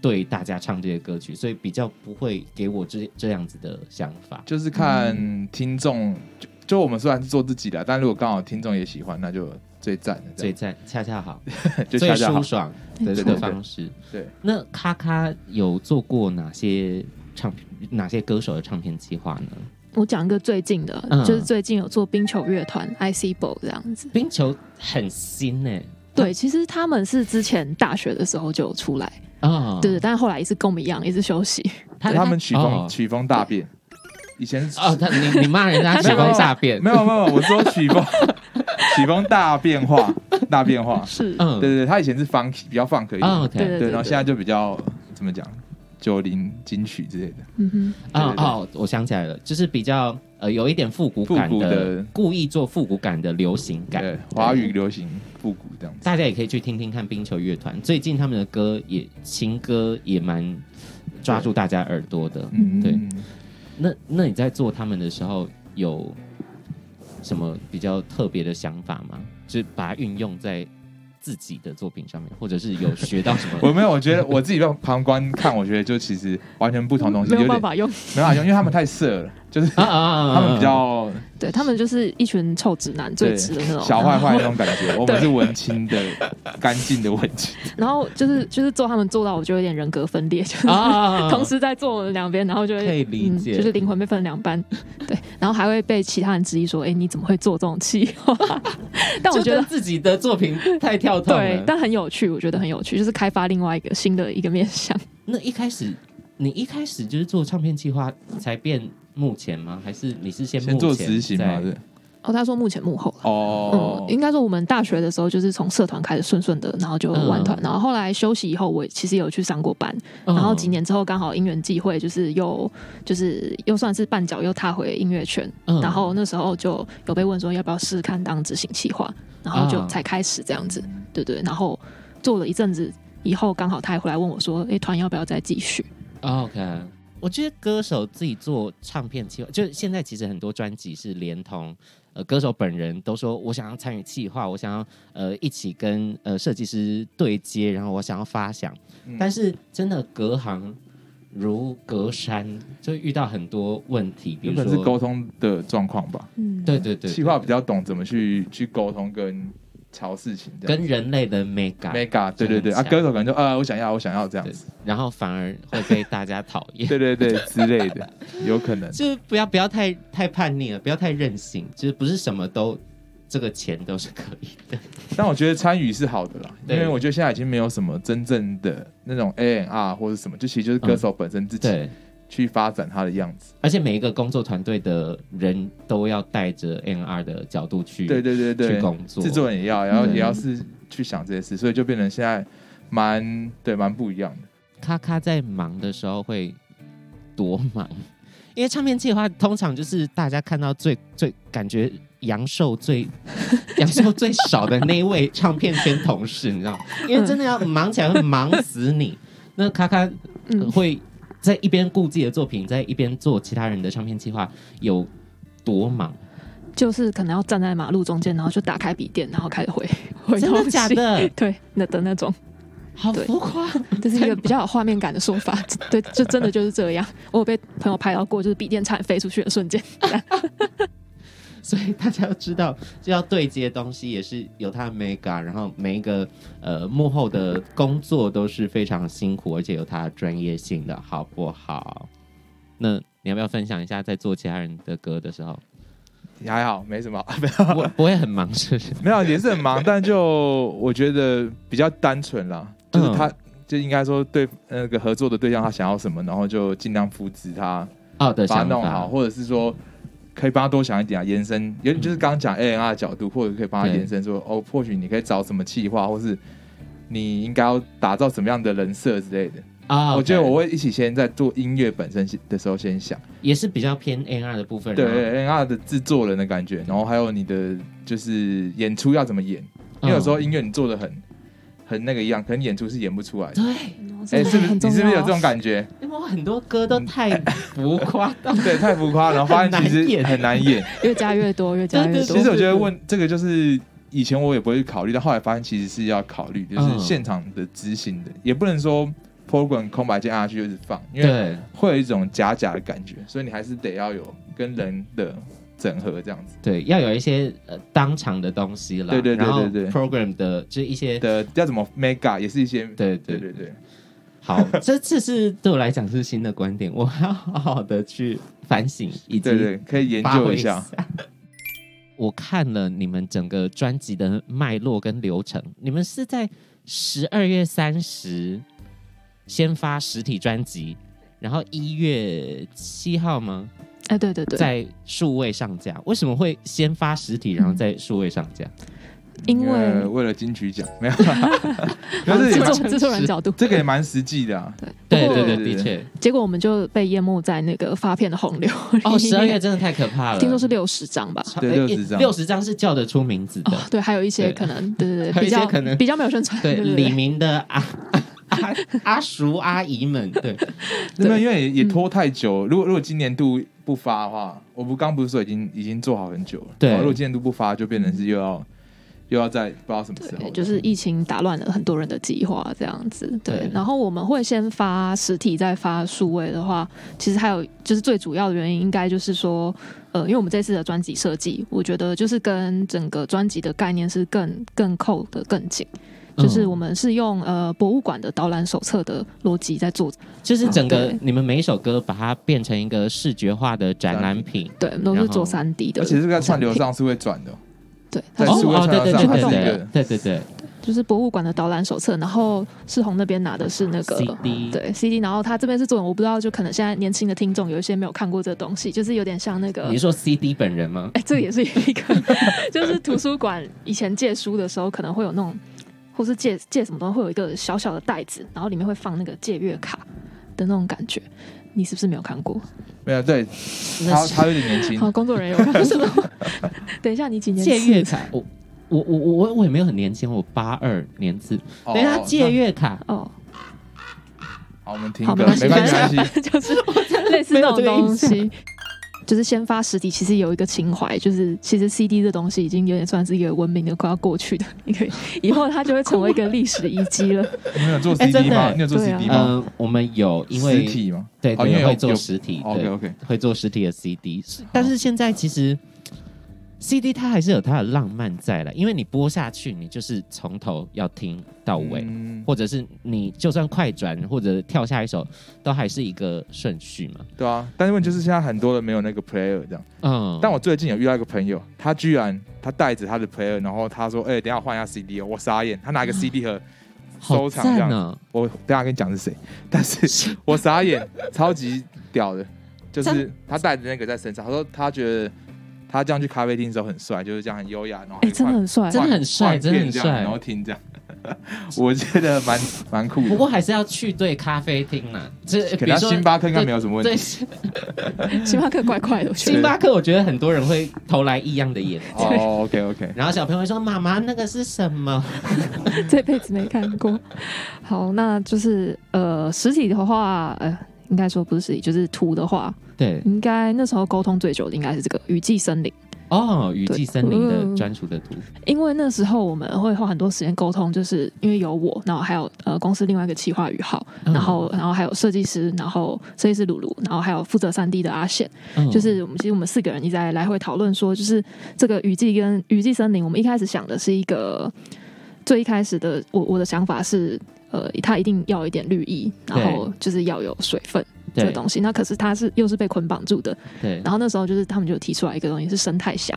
[SPEAKER 1] 对大家唱这些歌曲，所以比较不会给我这这样子的想法。
[SPEAKER 2] 就是看听众，就就我们虽然是做自己的，但如果刚好听众也喜欢，那就最赞的，
[SPEAKER 1] 最赞，恰恰好，
[SPEAKER 2] 就
[SPEAKER 1] 最
[SPEAKER 2] 恰恰好
[SPEAKER 1] 舒。爽的
[SPEAKER 3] 没
[SPEAKER 1] 这
[SPEAKER 3] 错
[SPEAKER 1] 个方式。
[SPEAKER 2] 对，
[SPEAKER 1] 那咔咔有做过哪些唱片、哪些歌手的唱片计划呢？
[SPEAKER 3] 我讲一个最近的，
[SPEAKER 1] 嗯
[SPEAKER 3] 就是最近有做冰球乐团 IC b o 这样子。
[SPEAKER 1] 冰球很新欸呢、
[SPEAKER 3] 对，其实他们是之前大学的时候就有出来，
[SPEAKER 1] 啊、
[SPEAKER 3] 对对，但是后来也是跟我们一样，也是休息。
[SPEAKER 1] 他
[SPEAKER 2] 他们曲风
[SPEAKER 1] 哦
[SPEAKER 2] 曲风大变，以前是
[SPEAKER 1] 哦，他你你骂人家
[SPEAKER 3] 他
[SPEAKER 1] 曲
[SPEAKER 3] 们
[SPEAKER 1] 风大变，
[SPEAKER 2] 没有没有，我说曲风曲风大变化，大变化。
[SPEAKER 3] 是，
[SPEAKER 1] 嗯，
[SPEAKER 2] 对对对，他以前是 funky 比较 funk 一
[SPEAKER 1] 啊
[SPEAKER 2] 点，
[SPEAKER 1] ，OK，
[SPEAKER 3] 对
[SPEAKER 2] 对，然后现在就比较怎么讲，九零金曲之类的。
[SPEAKER 3] 嗯哼，
[SPEAKER 1] 啊
[SPEAKER 2] 对对对
[SPEAKER 1] 哦，我想起来了，就是比较呃有一点复古感
[SPEAKER 2] 复古
[SPEAKER 1] 的，
[SPEAKER 2] 的
[SPEAKER 1] 故意做复古感的流行感。
[SPEAKER 2] 对，华语流行复古这样子。
[SPEAKER 1] 大家也可以去听听看冰球乐团，最近他们的歌也新歌也蛮抓住大家耳朵的。
[SPEAKER 2] 嗯，
[SPEAKER 1] 对
[SPEAKER 2] 对，
[SPEAKER 1] 那那你在做他们的时候有什么比较特别的想法吗？就是把它运用在自己的作品上面，或者是有学到什
[SPEAKER 2] 我
[SPEAKER 1] 么？
[SPEAKER 2] 没有，我觉得我自己在旁观看，我觉得就其实完全不同东西，
[SPEAKER 3] 没
[SPEAKER 2] 有
[SPEAKER 3] 有
[SPEAKER 2] 点
[SPEAKER 3] 办法用。
[SPEAKER 2] 没办法用，因为他们太色了，就是
[SPEAKER 1] 啊啊啊啊
[SPEAKER 2] 他们比较
[SPEAKER 3] 对他们就是一群臭直男，最
[SPEAKER 2] 对
[SPEAKER 3] 直的那种
[SPEAKER 2] 小坏坏那种感
[SPEAKER 1] 哦
[SPEAKER 2] 觉。我们
[SPEAKER 3] 对
[SPEAKER 2] 是文青的，干净的文青。
[SPEAKER 3] 然后就是就是做他们做到，我就有点人格分裂，就是
[SPEAKER 1] 啊啊啊
[SPEAKER 3] 同时在做我们两边，然后就会嗯
[SPEAKER 1] 可以理解
[SPEAKER 3] 就是灵魂被分两半， 对，然后还会被其他人质疑说，哎，你怎么会做这种气 话？但我
[SPEAKER 1] 就
[SPEAKER 3] 觉得
[SPEAKER 1] 跟自己的作品太跳痛
[SPEAKER 3] 对
[SPEAKER 1] 了，。
[SPEAKER 3] 但很有趣，我觉得很有趣，就是开发另外一个新的一个面向。
[SPEAKER 1] 那一开始你一开始就是做唱片计划才变幕前吗？还是你是先
[SPEAKER 2] 先做
[SPEAKER 1] 幕前
[SPEAKER 2] 执行嘛，
[SPEAKER 1] 再
[SPEAKER 2] 对。
[SPEAKER 3] 哦，他说目前幕后了。
[SPEAKER 2] 哦
[SPEAKER 3] 嗯，，应该说我们大学的时候就是从社团开始顺顺的，然后就玩团，
[SPEAKER 1] 嗯
[SPEAKER 3] 然后后来休息以后，我其实有去上过班，
[SPEAKER 1] 嗯
[SPEAKER 3] 然后几年之后刚好因缘际会，就是又就是又算是绊脚又踏回音乐圈，
[SPEAKER 1] 嗯
[SPEAKER 3] 然后那时候就有被问说要不要试试看当执行企划，然后就
[SPEAKER 1] 啊
[SPEAKER 3] 才开始这样子，对对，然后做了一阵子以后，刚好他也回来问我说，诶，团要不要再继续？
[SPEAKER 1] 哦 OK，我觉得歌手自己做唱片计划，就是现在其实很多专辑是连同呃歌手本人都说，我想要参与企划，我想要呃一起跟呃设计师对接，然后我想要发想。
[SPEAKER 2] 嗯
[SPEAKER 1] 但是真的隔行如隔山，就遇到很多问题，比
[SPEAKER 2] 原
[SPEAKER 1] 如
[SPEAKER 2] 本是
[SPEAKER 1] 说
[SPEAKER 2] 沟通的状况吧，
[SPEAKER 3] 嗯，
[SPEAKER 1] 对对对，
[SPEAKER 2] 企划比较懂怎么去去沟通跟瞧事情这样。
[SPEAKER 1] 跟人类的美感，
[SPEAKER 2] mega 对对对啊，
[SPEAKER 1] 想一下
[SPEAKER 2] 歌手可能就啊，我想要我想要这样
[SPEAKER 1] 对
[SPEAKER 2] 子，
[SPEAKER 1] 然后反而会被大家讨厌。
[SPEAKER 2] 对对对之类的，有可能。
[SPEAKER 1] 就是不要不要太太叛逆了，不要太任性，就是不是什么都这个钱都是可以的。
[SPEAKER 2] 但我觉得参与是好的啦，因
[SPEAKER 1] 对
[SPEAKER 2] 为我觉得现在已经没有什么真正的那种 A N R 或者什么，就其实就是歌手本身自己
[SPEAKER 1] 嗯对，
[SPEAKER 2] 去发展他的样子。
[SPEAKER 1] 而且每一个工作团队的人都要带着 NR 的角度去
[SPEAKER 2] 对对对
[SPEAKER 1] 去
[SPEAKER 2] 对，
[SPEAKER 1] 工作，
[SPEAKER 2] 制作人也要，然后
[SPEAKER 1] 嗯
[SPEAKER 2] 也要是去想这些事，所以就变成现在蛮对蛮不一样的。
[SPEAKER 1] 咔咔在忙的时候会多忙，因为唱片计划通常就是大家看到最最感觉阳寿最 阳寿最少的那一位唱片圈同事，你知道吗？因为真的要忙起来会忙死你。那咔咔
[SPEAKER 3] 嗯
[SPEAKER 1] 会在一边顾自己的作品，在一边做其他人的唱片计划，有多忙？
[SPEAKER 3] 就是可能要站在马路中间，然后就打开笔电，然后开始回回
[SPEAKER 1] 真
[SPEAKER 3] 东
[SPEAKER 1] 的
[SPEAKER 3] 西。
[SPEAKER 1] 假？的？
[SPEAKER 3] 对，那的那种，
[SPEAKER 1] 好
[SPEAKER 3] 对
[SPEAKER 1] 浮夸！
[SPEAKER 3] 这是一个比较有画面感的 说法。对，就真的就是这样。我有被朋友拍到过，就是笔电差点飞出去的瞬间。
[SPEAKER 1] 所以大家要知道，就要对接东西也是有它的 mega，然后每一个呃幕后的工作都是非常辛苦，而且有它的专业性的，好不好？那你要不要分享一下，在做其他人的歌的时候，
[SPEAKER 2] 也还好，没什么好，
[SPEAKER 1] 不不会很忙，是不是？
[SPEAKER 2] 没有啊也是很忙，但就我觉得比较单纯啦，就是他。
[SPEAKER 1] 嗯
[SPEAKER 2] 就应该说对那个合作的对象，他想要什么，然后就尽量扶植他，
[SPEAKER 1] 哦的
[SPEAKER 2] 把它
[SPEAKER 1] 想
[SPEAKER 2] 弄好，
[SPEAKER 1] 法，
[SPEAKER 2] 或者是说可以帮他多想一点啊，延伸，有就是刚刚讲 A N R 的角度，或者可以帮他
[SPEAKER 1] 对
[SPEAKER 2] 延伸说，哦，或许你可以找什么企划，或是你应该要打造什么样的人设之类的。
[SPEAKER 1] 啊，
[SPEAKER 2] 我觉得
[SPEAKER 1] OK
[SPEAKER 2] 我会一起先在做音乐本身的时候先想，
[SPEAKER 1] 也是比较偏 N R 的部分，
[SPEAKER 2] 对
[SPEAKER 1] 然后
[SPEAKER 2] A N R 的制作人的感觉，然后还有你的就是演出要怎么演，因为有时候
[SPEAKER 1] 嗯
[SPEAKER 2] 音乐你做的很很那个一样，可能演出是演不出来的。
[SPEAKER 1] 对，
[SPEAKER 2] 哎、是不是
[SPEAKER 3] 很
[SPEAKER 2] 你
[SPEAKER 3] 重
[SPEAKER 2] 是不是有
[SPEAKER 3] 要啊
[SPEAKER 2] 这种感觉？
[SPEAKER 1] 因为我很多歌
[SPEAKER 2] 嗯
[SPEAKER 1] 都太浮夸到，
[SPEAKER 2] 对，太浮夸，然后发现其
[SPEAKER 1] 很难
[SPEAKER 2] 实
[SPEAKER 1] 演
[SPEAKER 2] 很难演。哎
[SPEAKER 3] 越加越多，越加越
[SPEAKER 1] 对对
[SPEAKER 3] 多。
[SPEAKER 2] 其实我觉
[SPEAKER 1] 对
[SPEAKER 2] 得问这个就是以前我也不会去考虑，但后来发现其实是要考虑，就是
[SPEAKER 1] 嗯
[SPEAKER 2] 现场的执行的，也不能说 program 空白键按下去就是放， 因为
[SPEAKER 1] 对
[SPEAKER 2] 会有一种假假的感觉，所以你还是得要有跟人的整合这样子
[SPEAKER 1] 对，要有一些呃当场的东西啦，
[SPEAKER 2] 对对对
[SPEAKER 1] 然后
[SPEAKER 2] 对对
[SPEAKER 1] program 的就是一些
[SPEAKER 2] 的，要怎么 make up 也是一些
[SPEAKER 1] 对
[SPEAKER 2] 对
[SPEAKER 1] 对
[SPEAKER 2] 对对，
[SPEAKER 1] 好， 这次是对我来讲是新的观点，我 要好好的去反省以及
[SPEAKER 2] 对对可以研
[SPEAKER 1] 发
[SPEAKER 2] 究
[SPEAKER 1] 挥
[SPEAKER 2] 一下。。
[SPEAKER 1] 我看了你们整个专辑的脉络跟流程，你们是在十二月三十先发实体专辑，然后一月七号吗？
[SPEAKER 3] 哎，对对对，
[SPEAKER 1] 在数位上架。为什么会先发实体，然后再数位上架？
[SPEAKER 3] 因为
[SPEAKER 2] 呃为了金曲奖没 有啦，可是也
[SPEAKER 3] 制
[SPEAKER 2] 蛮
[SPEAKER 3] 作制作人角度，
[SPEAKER 2] 这个也蛮实际的啊，
[SPEAKER 1] 对
[SPEAKER 3] 不过
[SPEAKER 1] 对
[SPEAKER 2] 对
[SPEAKER 1] 对，的确。
[SPEAKER 3] 结果我们就被淹没在那个发片的洪流里面。
[SPEAKER 1] 哦，十二月真的太可怕了。哎
[SPEAKER 3] 听说是六十张吧？
[SPEAKER 2] 对60张
[SPEAKER 1] 六十张是叫得出名字的。
[SPEAKER 3] 哦，对，还有一些
[SPEAKER 1] 对
[SPEAKER 3] 可能，对对
[SPEAKER 1] 还有一
[SPEAKER 3] 对，比
[SPEAKER 1] 些
[SPEAKER 3] 较
[SPEAKER 1] 可能
[SPEAKER 3] 比较没有宣传，
[SPEAKER 1] 对
[SPEAKER 3] 对对
[SPEAKER 1] 李
[SPEAKER 3] 对，
[SPEAKER 1] 明的阿 阿阿叔阿姨们，对，
[SPEAKER 2] 那
[SPEAKER 3] 对
[SPEAKER 2] 么因为也也
[SPEAKER 3] 嗯
[SPEAKER 2] 拖太久，如果如果今年度不发的话，我不刚不是说已经已经做好很久了，
[SPEAKER 1] 对嗯
[SPEAKER 2] 然后如果今年度不发，就变成是又要又要在不知道什么时候
[SPEAKER 3] 对
[SPEAKER 2] 了，
[SPEAKER 3] 就是疫情打乱了很多人的计划，这样子。对，
[SPEAKER 1] 对
[SPEAKER 3] 然后我们会先发实体，再发数位的话，其实还有就是最主要的原因，应该就是说，呃，因为我们这次的专辑设计，我觉得就是跟整个专辑的概念是更更扣的更紧。 就是我
[SPEAKER 1] 嗯
[SPEAKER 3] 们是用呃博物馆的导览手册的逻辑在做，
[SPEAKER 1] 嗯就是整个
[SPEAKER 3] 对
[SPEAKER 1] 你们每一首歌把它变成一个视觉化的展览品，
[SPEAKER 3] 对，都
[SPEAKER 1] 然
[SPEAKER 3] 是
[SPEAKER 1] 后
[SPEAKER 3] 做三 D 的
[SPEAKER 2] 而
[SPEAKER 3] 产品，
[SPEAKER 2] 且这个在串 流上是会转的哦，
[SPEAKER 3] 对，它
[SPEAKER 2] 在
[SPEAKER 3] 是
[SPEAKER 1] 哦
[SPEAKER 2] 数位
[SPEAKER 1] 哦，对
[SPEAKER 2] 传
[SPEAKER 1] 对对
[SPEAKER 2] 达上它
[SPEAKER 1] 对
[SPEAKER 2] 是一
[SPEAKER 1] 对
[SPEAKER 2] 个
[SPEAKER 1] 对对对
[SPEAKER 3] 就是博物馆的导览手册，然后世宏那边拿的是那个
[SPEAKER 1] CD
[SPEAKER 3] 对 CD，然后他这边是做，我不知道，就可能现在年轻的听众有一些没有看过这东西，就是有点像那个
[SPEAKER 1] 你是，说 CD 本人吗？
[SPEAKER 3] 哎，这也是一个， 就是图书馆以前借书的时候可能会有那种，或是借借什么东西会有一个小小的袋子，然后里面会放那个借阅卡的那种感觉，你是不是没有看过？
[SPEAKER 2] 没有对，他他有点年轻
[SPEAKER 3] 好，，工作人员有看 过，等一下你几
[SPEAKER 1] 嗯
[SPEAKER 3] 年
[SPEAKER 1] 借
[SPEAKER 3] 次
[SPEAKER 1] 阅卡，我我我我我也没有很年轻，我八二年次，
[SPEAKER 2] 哦
[SPEAKER 1] 等一下
[SPEAKER 2] 哦
[SPEAKER 1] 借阅卡，
[SPEAKER 3] 哦，
[SPEAKER 2] 那好，我们听
[SPEAKER 3] 好，
[SPEAKER 2] 歌，
[SPEAKER 3] 没关系，
[SPEAKER 2] 没关系，没
[SPEAKER 3] 反
[SPEAKER 2] 关
[SPEAKER 3] 正
[SPEAKER 2] 系，
[SPEAKER 3] 就是类似那种东西。就是先发实体，其实有一个情怀，就是其实 CD 这东西已经有点算是一个文明的快要过去的一个，以后它就会成为一个历史遗迹了。
[SPEAKER 2] 你们有做
[SPEAKER 1] 哎真
[SPEAKER 2] CD
[SPEAKER 1] 的
[SPEAKER 2] 吗？你有做
[SPEAKER 3] 对啊
[SPEAKER 2] CD 吗？
[SPEAKER 1] 嗯，我们有因为
[SPEAKER 2] 实体吗？
[SPEAKER 1] 对
[SPEAKER 2] 哦因为
[SPEAKER 1] 对
[SPEAKER 2] 有
[SPEAKER 1] 会做
[SPEAKER 2] 有
[SPEAKER 1] 实体，
[SPEAKER 2] OK
[SPEAKER 1] 对
[SPEAKER 2] OK，
[SPEAKER 1] 会做实体的 CD，但是现在其实 CD 它还是有它的浪漫在了，因为你播下去，你就是从头要听到尾，
[SPEAKER 2] 嗯
[SPEAKER 1] 或者是你就算快转或者跳下一首，都还是一个顺序嘛。
[SPEAKER 2] 对啊，但是问题就是现在很多人没有那个 player 这样。
[SPEAKER 1] 嗯，
[SPEAKER 2] 但我最近有遇到一个朋友，他居然他带着他的 player，然后他说：“哎、等一下我换一下 CD。”哦，我傻眼，他拿一个 CD 盒
[SPEAKER 1] 好
[SPEAKER 2] 收藏这
[SPEAKER 1] 赞哦
[SPEAKER 2] 样子。
[SPEAKER 1] 呢、
[SPEAKER 2] 我等一下跟你讲是谁，但是我傻眼，超级屌的，就是他带着那个在身上，他说他觉得他这样去咖啡厅的时候很帅，就是这样很优雅，然后
[SPEAKER 3] 哎、
[SPEAKER 2] 还
[SPEAKER 3] 真的
[SPEAKER 2] 换
[SPEAKER 3] 很帅，
[SPEAKER 1] 真的很帅
[SPEAKER 2] 换
[SPEAKER 1] 真的很
[SPEAKER 2] 片这样
[SPEAKER 1] 帅
[SPEAKER 2] 然后听这样， 我觉得蛮蛮 酷
[SPEAKER 1] 不
[SPEAKER 2] 的。
[SPEAKER 1] 过还是要去对咖啡厅啦，这比
[SPEAKER 2] 可
[SPEAKER 1] 如
[SPEAKER 2] 能
[SPEAKER 1] 说
[SPEAKER 2] 嗯星巴克应该没有什么问
[SPEAKER 1] 对
[SPEAKER 2] 题。
[SPEAKER 3] 星巴克怪怪的，我觉
[SPEAKER 1] 星
[SPEAKER 3] 得。
[SPEAKER 1] 巴克，我觉得很多人会投来异样的眼光。
[SPEAKER 2] 哦，OK OK，
[SPEAKER 1] 然后小朋友会说：“妈妈，那个是什么
[SPEAKER 3] 这辈子没看过。好，那就是呃，实体的话，呃，应该说不是实体，就是图的话，？”
[SPEAKER 1] 对，
[SPEAKER 3] 应该那时候沟通最久的应该是这个《雨季森林》，
[SPEAKER 1] 哦，雨季
[SPEAKER 3] 对
[SPEAKER 1] 森林的
[SPEAKER 3] 嗯
[SPEAKER 1] 专属的图，
[SPEAKER 3] 因为那时候我们会花很多时间沟通，就是因为有我，然后还有呃公司另外一个企划宇浩，
[SPEAKER 1] 嗯
[SPEAKER 3] 然后然后还有设计师，然后设计师鲁鲁，然后还有负责三 D 的阿宪。
[SPEAKER 1] 嗯
[SPEAKER 3] 就是我们其实我们四个人一直在来回讨论说，就是这个雨季跟雨季森林，我们一开始想的是一个最一开始的我我的想法是，呃，它一定要有一点绿意，然后就是要有水分这个
[SPEAKER 1] 对
[SPEAKER 3] 东西。那可是它是又是被捆绑住的。
[SPEAKER 1] 对，
[SPEAKER 3] 然后那时候就是他们就提出来一个东西是生态箱，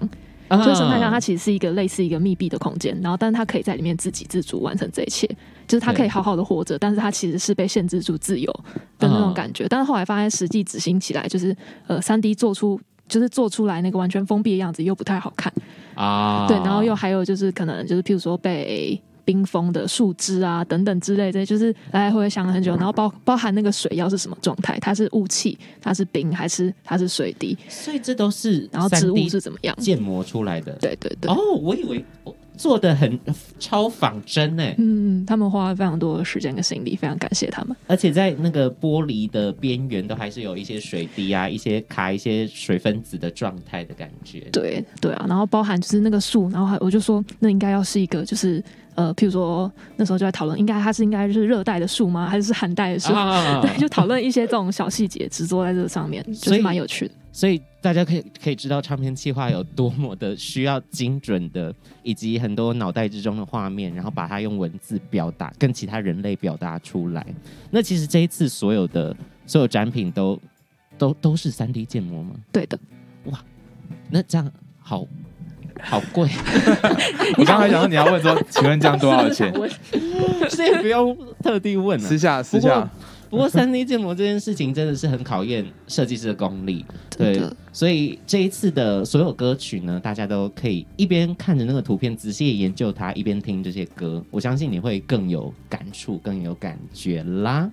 [SPEAKER 1] 就
[SPEAKER 3] 就是生态箱它其实是一个类似一个密闭的空间，然后但是它可以在里面自给自足完成这一切。就是它可以
[SPEAKER 1] 对
[SPEAKER 3] 好好的活着，但是它其实是被限制住自由的
[SPEAKER 1] 嗯
[SPEAKER 3] 那种感觉。但是后来发现实际执行起来，就是呃，三 D 做出就是做出来那个完全封闭的样子又不太好看，
[SPEAKER 1] 啊，
[SPEAKER 3] 对。然后又还有就是可能就是譬如说被冰封的树枝啊等等之类的，就是来来回回想了很久。然后包包含那个水要是什么状态，它是雾气，它是冰，还是它是水滴，
[SPEAKER 1] 所以这都是
[SPEAKER 3] 然后植物
[SPEAKER 1] 3D
[SPEAKER 3] 是怎么样？
[SPEAKER 1] 建模出来的。
[SPEAKER 3] 对对对，
[SPEAKER 1] 哦，我以为哦做的很超仿真欸呢，
[SPEAKER 3] 嗯，他们花了非常多的时间跟心力，非常感谢他们。
[SPEAKER 1] 而且在那个玻璃的边缘都还是有一些水滴啊，一些卡一些水分子的状态的感觉。
[SPEAKER 3] 对对啊，然后包含就是那个树，然后还我就说那应该要是一个就是呃，譬如说那时候就在讨论，应该它是应该是热带的树吗，还是寒带的树？
[SPEAKER 1] 啊，
[SPEAKER 3] 对，就讨论一些这种小细节，执着在这上面，就
[SPEAKER 1] 所以
[SPEAKER 3] 是蛮有趣的。
[SPEAKER 1] 所以大家可以可以知道唱片企划有多么的需要精准的，以及很多脑袋之中的画面，然后把它用文字表达，跟其他人类表达出来。那其实这一次所有的所有展品都都都是三 D 建模吗？
[SPEAKER 3] 对 的，
[SPEAKER 1] 那这样好好贵，
[SPEAKER 2] 我刚才想说你要问说，请问这样多 少 钱？
[SPEAKER 1] 这也不用特地问了、
[SPEAKER 2] 私下私
[SPEAKER 1] 不
[SPEAKER 2] 下
[SPEAKER 1] 过，不过三 D 建模这件事情真的是很考验设计师的功力，
[SPEAKER 3] 真
[SPEAKER 1] 对
[SPEAKER 3] 的，
[SPEAKER 1] 所以这一次的所有歌曲呢，大家都可以一边看着那个图片仔细研究它，一边听这些歌，我相信你会更有感触，更有感觉啦。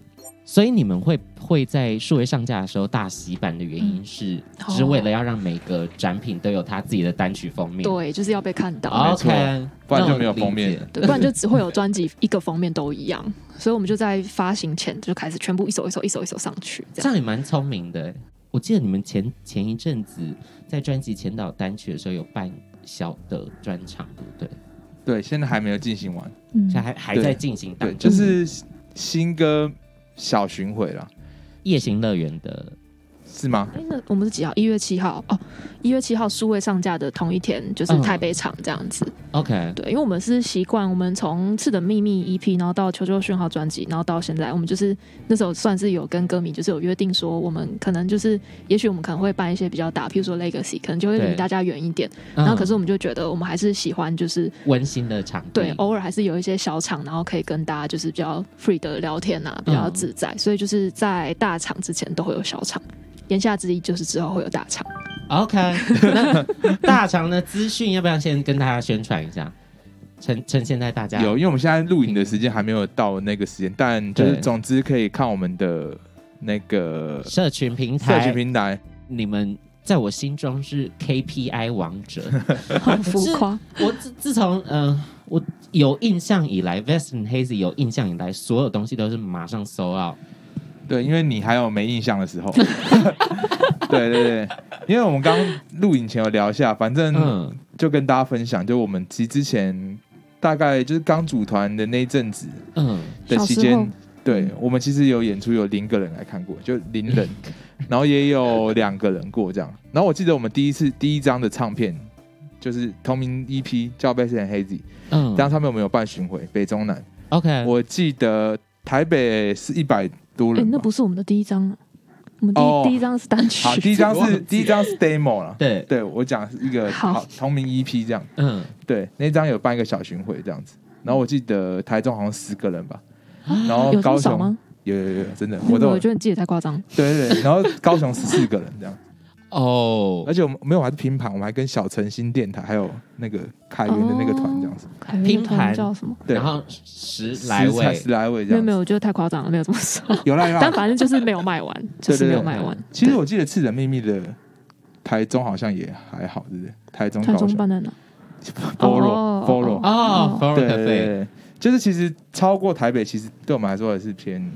[SPEAKER 1] 所以你们会会在数位上架的时候大洗版的原因是，
[SPEAKER 3] 哦
[SPEAKER 1] 只是为了要让每个展品都有它自己的单曲封面。
[SPEAKER 3] 对，就是要被看到。
[SPEAKER 2] 没错
[SPEAKER 1] ，OK，
[SPEAKER 2] 不然
[SPEAKER 1] 那
[SPEAKER 2] 就
[SPEAKER 1] 我
[SPEAKER 2] 没有
[SPEAKER 1] 理
[SPEAKER 2] 封面
[SPEAKER 1] 解
[SPEAKER 3] 对，不然就只会有专辑一个封面都一样，所以我们就在发行前就开始全部一首一首一首一首上去，这
[SPEAKER 1] 这
[SPEAKER 3] 样
[SPEAKER 1] 样也蛮聪明的欸。我记得你们前前一阵子在专辑前导单曲的时候有办小的专场，对不对？
[SPEAKER 2] 对，现在还没有进行完。
[SPEAKER 3] 嗯
[SPEAKER 1] 现在还还
[SPEAKER 2] 对
[SPEAKER 1] 在进行当
[SPEAKER 2] 对，
[SPEAKER 1] 中，
[SPEAKER 2] 就是新歌小巡回啦，
[SPEAKER 1] 夜行乐园的
[SPEAKER 2] 是吗？
[SPEAKER 3] 哎，那我们是几号？一月七号哦，一月七号数位上架的同一天，就是
[SPEAKER 1] 嗯
[SPEAKER 3] 台北场这样子。
[SPEAKER 1] OK，嗯
[SPEAKER 3] 对，因为我们是习惯，我们从《次的秘密》EP，然后到《求救讯号》专辑，然后到现在，我们就是那时候算是有跟歌迷就是有约定说，我们可能就是，也许我们可能会办一些比较大，譬如说 Legacy，可能就会
[SPEAKER 1] 对
[SPEAKER 3] 离大家远一点。
[SPEAKER 1] 嗯
[SPEAKER 3] 然后可是我们就觉得，我们还是喜欢就是
[SPEAKER 1] 温馨的场地，
[SPEAKER 3] 对，偶尔还是有一些小场，然后可以跟大家就是比较 free 的聊天啊，比较
[SPEAKER 1] 嗯
[SPEAKER 3] 自在。所以就是在大场之前都会有小场，言下之意就是之后会有大场。
[SPEAKER 1] OK，那大肠的资讯要不要先跟大家宣传一下？趁趁现在大家
[SPEAKER 2] 有，因为我们现在录影的时间还没有到那个时间，但就是
[SPEAKER 1] 对
[SPEAKER 2] 总之可以看我们的那个
[SPEAKER 1] 社群平
[SPEAKER 2] 社
[SPEAKER 1] 台，
[SPEAKER 2] 群平台。
[SPEAKER 1] 你们在我心中是 KPI 王者。
[SPEAKER 3] 好浮夸，
[SPEAKER 1] 我自自从嗯、呃我有印象以来，Vest and Hazy 有印象以来，所有东西都是马上 sold out。
[SPEAKER 2] 对，因为你还有没印象的时候，对对对，因为我们刚录影前有聊一下，反正
[SPEAKER 1] 嗯
[SPEAKER 2] 就跟大家分享，就我们其实之前大概就是刚组团的那一阵子
[SPEAKER 1] 嗯，
[SPEAKER 2] 的期
[SPEAKER 3] 小时候
[SPEAKER 2] 间，对我们其实有演出有零个人来看过，就 零人，然后也有两个人过这样。然后我记得我们第一次第一张的唱片就是同名 EP 叫《b e s t and Hazy》，
[SPEAKER 1] 嗯
[SPEAKER 2] 当时他们有没有办巡回北中南？
[SPEAKER 1] OK，
[SPEAKER 2] 我记得台北是一百多
[SPEAKER 3] 哎、
[SPEAKER 2] 人吧，
[SPEAKER 3] 那不是我们的第一张啊，我们第、
[SPEAKER 2] 哦
[SPEAKER 3] 第一张是单 曲
[SPEAKER 2] 好，，第一张
[SPEAKER 1] 忘记
[SPEAKER 2] 是
[SPEAKER 1] 了
[SPEAKER 2] 第一张是 demo 了。
[SPEAKER 1] 对，
[SPEAKER 2] 对我讲是一个
[SPEAKER 3] 好
[SPEAKER 2] 好同名 EP 这样，
[SPEAKER 1] 嗯，
[SPEAKER 2] 对，那张有办一个小巡回这样子。然后我记得台中好像十个人吧，然后
[SPEAKER 3] 啊有这
[SPEAKER 2] 哦高
[SPEAKER 3] 么少
[SPEAKER 2] 雄
[SPEAKER 3] 吗？
[SPEAKER 2] 有有有真的，
[SPEAKER 3] 没
[SPEAKER 2] 我
[SPEAKER 3] 有
[SPEAKER 2] 都
[SPEAKER 3] 我
[SPEAKER 2] 有
[SPEAKER 3] 觉得你记得太夸张。
[SPEAKER 2] 对对对，然后高雄十四个人这样，
[SPEAKER 1] 哦
[SPEAKER 2] 而，且我们没有我还是拼盘，我们还跟小诚心电台还有那个凯源的那个团这样子，
[SPEAKER 3] 凯源
[SPEAKER 1] 拼
[SPEAKER 3] 团
[SPEAKER 1] 盘
[SPEAKER 3] 叫什么？
[SPEAKER 2] 对，
[SPEAKER 1] 然后十
[SPEAKER 2] 十
[SPEAKER 1] 来
[SPEAKER 2] 才
[SPEAKER 1] 位
[SPEAKER 2] 十，来位这
[SPEAKER 3] 没有
[SPEAKER 2] 样子，
[SPEAKER 3] 没有，我觉得太夸张了，没有这么少。
[SPEAKER 2] 有啦有啦。
[SPEAKER 3] 但反正就是没有 卖完，就是没有卖完。
[SPEAKER 2] 其实我记得次人秘密的台中好像也还好，对不对？台中嗯
[SPEAKER 3] 看
[SPEAKER 2] 高
[SPEAKER 3] 中
[SPEAKER 2] 雄
[SPEAKER 3] 办在哪？哦
[SPEAKER 2] Boro
[SPEAKER 3] 哦
[SPEAKER 2] Boro
[SPEAKER 1] 哦 f o r
[SPEAKER 2] 对
[SPEAKER 1] e
[SPEAKER 2] 对
[SPEAKER 1] Cafe，
[SPEAKER 2] 对，就是其实超过台北，其实对我们来说也是偏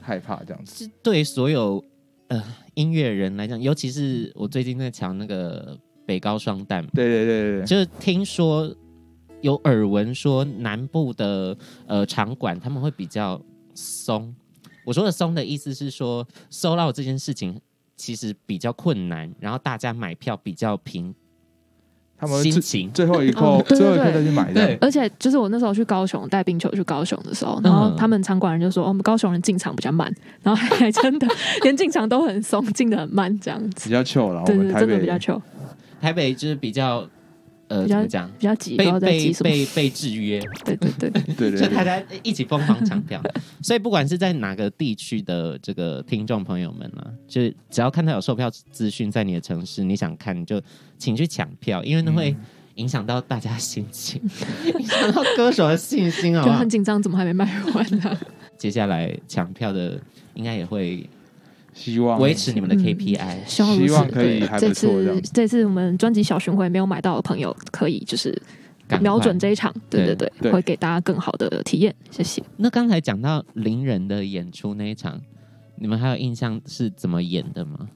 [SPEAKER 2] 害怕这样子。
[SPEAKER 1] 是对所有呃音乐人来讲，尤其是我最近在抢那个北高双蛋，
[SPEAKER 2] 对对对对对，
[SPEAKER 1] 就是听说有耳闻说南部的呃场馆他们会比较松。我说的松的意思是说，收到这件事情其实比较困难，然后大家买票比较平
[SPEAKER 2] 他们
[SPEAKER 1] 心
[SPEAKER 2] 最
[SPEAKER 1] 情。
[SPEAKER 2] 最后一
[SPEAKER 3] 哦
[SPEAKER 2] 刻，
[SPEAKER 3] 对对
[SPEAKER 2] 最后一刻
[SPEAKER 3] 对
[SPEAKER 2] 再去买这样
[SPEAKER 1] 对。
[SPEAKER 3] 而且就是我那时候去高雄带冰球去高雄的时候，然后
[SPEAKER 1] 嗯
[SPEAKER 3] 他们场馆人就说、哦我们高雄人进场比较慢，然后还真的 连进场都很松，进的很慢这样
[SPEAKER 2] 比
[SPEAKER 3] 子。
[SPEAKER 2] 较 chill 哦了，我
[SPEAKER 3] 对
[SPEAKER 2] 们
[SPEAKER 3] 对，
[SPEAKER 2] 台
[SPEAKER 3] 真的
[SPEAKER 2] 北
[SPEAKER 3] 比较糗，
[SPEAKER 1] 台北就是比较呃
[SPEAKER 3] 比较
[SPEAKER 1] 怎么讲，
[SPEAKER 3] 比较急，不知
[SPEAKER 1] 被
[SPEAKER 3] 道在急
[SPEAKER 1] 被
[SPEAKER 3] 什么。
[SPEAKER 1] 被被制约，
[SPEAKER 3] 对对对，
[SPEAKER 1] 所
[SPEAKER 2] 对对
[SPEAKER 1] 以大
[SPEAKER 2] 对，
[SPEAKER 1] 家一起疯狂抢票。所以不管是在哪个地区的这个听众朋友们啊，就是只要看到有售票资讯在你的城市，你想看你就请去抢票，因为那会影响到大家心情， 影响到歌手的信心，好不
[SPEAKER 3] 就
[SPEAKER 1] 好
[SPEAKER 3] 很？紧张，怎么还没卖完啊呢、
[SPEAKER 1] 接下来抢票的应该也会
[SPEAKER 2] 希望
[SPEAKER 1] 维持你们的
[SPEAKER 3] 嗯
[SPEAKER 1] KPI。
[SPEAKER 3] 希望如此
[SPEAKER 2] 希望可以
[SPEAKER 3] 对
[SPEAKER 2] 还不
[SPEAKER 3] 这
[SPEAKER 2] 错这样
[SPEAKER 3] 次这次我们专辑小巡回没有买到的朋友，可以就是
[SPEAKER 1] 赶快
[SPEAKER 3] 瞄准这一场，对
[SPEAKER 1] 对
[SPEAKER 3] 对对，
[SPEAKER 2] 对
[SPEAKER 3] 会给大家更好的体验。谢谢。
[SPEAKER 1] 那刚才讲到邻人的演出那一场，你们还有印象是怎么演的吗？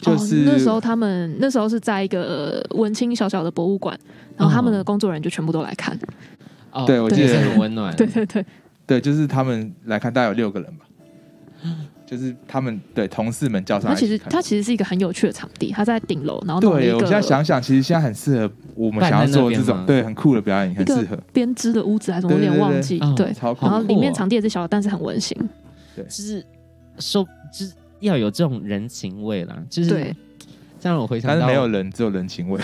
[SPEAKER 2] 就是
[SPEAKER 3] 哦、那时候他们那时候是在一个呃文青小小的博物馆，然后他们
[SPEAKER 2] 哦
[SPEAKER 3] 的
[SPEAKER 1] 嗯
[SPEAKER 3] 工作人员就全部都来看。
[SPEAKER 1] 哦
[SPEAKER 2] 对我
[SPEAKER 3] 记得
[SPEAKER 1] 也是很温暖。
[SPEAKER 3] 对对对，
[SPEAKER 2] 对，就是他们来看，大概有六个人吧，就是他们对同事们叫上
[SPEAKER 3] 它
[SPEAKER 2] 来
[SPEAKER 3] 其
[SPEAKER 2] 一
[SPEAKER 3] 实
[SPEAKER 2] 起看。
[SPEAKER 3] 它其实是一个很有趣的场地，它在顶楼，然后弄了一
[SPEAKER 2] 对，我现在
[SPEAKER 3] 个
[SPEAKER 2] 想想，其实现在很适合我们
[SPEAKER 1] 办
[SPEAKER 2] 想要
[SPEAKER 1] 在那
[SPEAKER 2] 做
[SPEAKER 1] 边
[SPEAKER 2] 这
[SPEAKER 1] 吗
[SPEAKER 2] 种对很酷的表演，很
[SPEAKER 3] 一个
[SPEAKER 2] 适合，
[SPEAKER 3] 编织的屋子还是什么，我有
[SPEAKER 2] 对对
[SPEAKER 3] 点
[SPEAKER 2] 对
[SPEAKER 3] 忘
[SPEAKER 2] 对
[SPEAKER 3] 记
[SPEAKER 1] 嗯。
[SPEAKER 3] 对，
[SPEAKER 2] 超酷
[SPEAKER 3] 然。后里面
[SPEAKER 1] 酷哦
[SPEAKER 3] 场地也是小，但是很温馨。
[SPEAKER 1] 就是说，就是要有这种人情味啦，就是
[SPEAKER 3] 对，
[SPEAKER 1] 这让我回想
[SPEAKER 2] 但
[SPEAKER 1] 到，
[SPEAKER 2] 是没有人，只有人情味。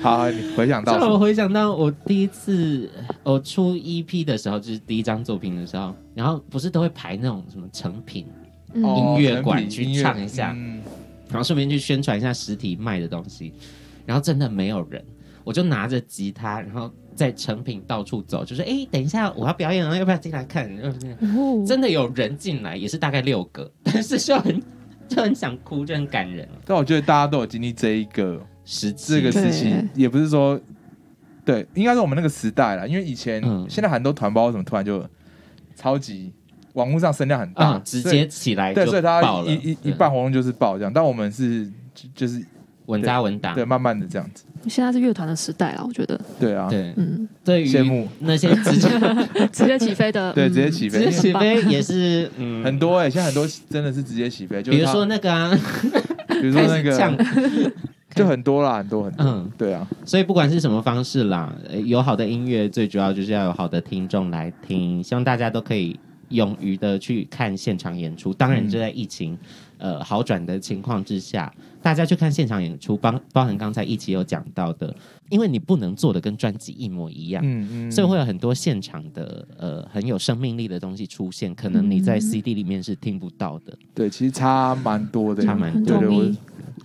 [SPEAKER 2] 好，你回想
[SPEAKER 1] 这
[SPEAKER 2] 到什
[SPEAKER 1] 让我
[SPEAKER 2] 么？
[SPEAKER 1] 回想到我第一次我出 EP 的时候，就是第一张作品的时候，然后不是都会排那种什么成品，
[SPEAKER 3] 嗯，
[SPEAKER 2] 哦
[SPEAKER 1] 音乐
[SPEAKER 2] 人
[SPEAKER 1] 馆
[SPEAKER 2] 比
[SPEAKER 1] 去
[SPEAKER 2] 音乐
[SPEAKER 1] 唱一下
[SPEAKER 2] 嗯
[SPEAKER 1] 然后顺便去宣传一下实体卖的东西，然后真的没有人，我就拿着吉他，然后在成品到处走，就是哎、诶等一下我要表演了，要不要进来看？ 要不要进来看
[SPEAKER 3] 哦
[SPEAKER 1] 真的有人进来，也是大概六个，但是就很就很想哭，就很感人。
[SPEAKER 2] 但我觉得大家都有经历这一个
[SPEAKER 1] 十
[SPEAKER 2] 这个时期
[SPEAKER 3] 对，
[SPEAKER 2] 也不是说对，应该是我们那个时代啦，因为以前、
[SPEAKER 1] 嗯
[SPEAKER 2] 现在很多团包怎么突然就超级网络上声量很大，
[SPEAKER 1] 啊，直
[SPEAKER 2] 所以
[SPEAKER 1] 接起来
[SPEAKER 2] 对，
[SPEAKER 1] 就
[SPEAKER 2] 所以
[SPEAKER 1] 爆
[SPEAKER 2] 他
[SPEAKER 1] 了，
[SPEAKER 2] 一一一
[SPEAKER 1] 对
[SPEAKER 2] 办活动就是爆这样，但我们是就就是
[SPEAKER 1] 稳扎稳打
[SPEAKER 2] 对，。慢慢的这样子，
[SPEAKER 3] 现在是乐团的时代了，我觉得，
[SPEAKER 2] 对啊，
[SPEAKER 1] 对，
[SPEAKER 3] 嗯，
[SPEAKER 1] 对
[SPEAKER 2] 羡
[SPEAKER 1] 于
[SPEAKER 2] 慕，
[SPEAKER 1] 那些直 接
[SPEAKER 3] 直接起飞的，
[SPEAKER 2] 对，
[SPEAKER 3] 嗯
[SPEAKER 2] 直接起
[SPEAKER 1] 直接
[SPEAKER 2] 飞，
[SPEAKER 1] 起飞也 是嗯
[SPEAKER 2] 很，多哎、现在很多真的是直接起飞，就是
[SPEAKER 1] 比如
[SPEAKER 2] 他
[SPEAKER 1] 说，那个啊，
[SPEAKER 2] 比如说
[SPEAKER 1] 开
[SPEAKER 2] 那
[SPEAKER 1] 始呛
[SPEAKER 2] 个，就很多啦，很多很多，
[SPEAKER 1] 嗯，
[SPEAKER 2] 对啊，
[SPEAKER 1] 所以不管是什么方式啦，呃有好的音乐，最主要就是要有好的听众来听，希望大家都可以勇于的去看现场演出。当然，
[SPEAKER 2] 嗯
[SPEAKER 1] 就在疫情、呃好转的情况之下，大家去看现场演出，包包含刚才一起有讲到的，因为你不能做的跟专辑一模一样，
[SPEAKER 2] 嗯嗯，
[SPEAKER 1] 所以会有很多现场的呃很有生命力的东西出现，可能你在
[SPEAKER 3] 嗯
[SPEAKER 1] CD 里面是听不到的，
[SPEAKER 2] 对，其实差蛮多的，
[SPEAKER 1] 差蛮
[SPEAKER 3] 很
[SPEAKER 1] 多
[SPEAKER 2] 对对
[SPEAKER 3] 统
[SPEAKER 2] 我
[SPEAKER 3] 一，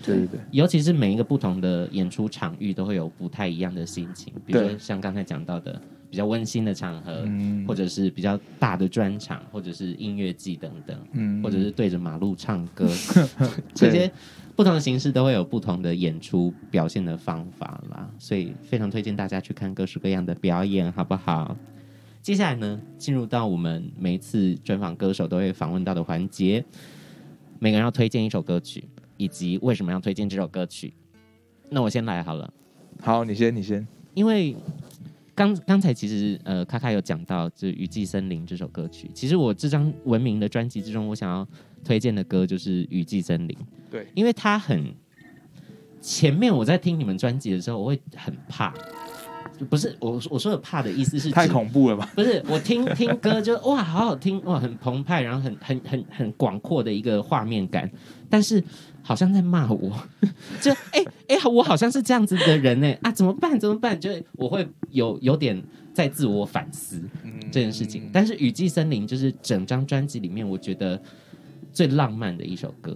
[SPEAKER 2] 对对对。
[SPEAKER 1] 尤其是每一个不同的演出场域都会有不太一样的心情，比如说
[SPEAKER 2] 对
[SPEAKER 1] 像刚才讲到的比较温馨的场合，
[SPEAKER 2] 嗯
[SPEAKER 1] 或者是比较大的专场，或者是音乐季等等，
[SPEAKER 2] 嗯
[SPEAKER 1] 或者是对着马路唱歌，这些不同的形式都会有不同的演出表现的方法啦，所以非常推荐大家去看各式各样的表演，好不好？接下来呢，进入到我们每一次专访歌手都会访问到的环节。每个人要推荐一首歌曲，以及为什么要推荐这首歌曲。那我先来好了，
[SPEAKER 2] 好，你先，你先。
[SPEAKER 1] 因为刚刚才其实呃，卡卡有讲到就是《雨季森林》这首歌曲。其实我这张文明的专辑之中，我想要推荐的歌就是《雨季森林》，
[SPEAKER 2] 对，
[SPEAKER 1] 因为它很前面我在听你们专辑的时候，我会很怕，就不是我我说的怕的意思是
[SPEAKER 2] 太
[SPEAKER 1] 指
[SPEAKER 2] 恐怖了吧？
[SPEAKER 1] 不是，我听 听歌就哇，好好听哇，很澎湃，然后很很很很广阔的一个画面感，但是好像在骂我， 就哎哎、我好像是这样子的人呢、啊，怎么办？怎么办？就我会有有点在自我反思这件事
[SPEAKER 2] 嗯
[SPEAKER 1] 情。但是《雨季森林》就是整张专辑里面，我觉得最浪漫的一首歌，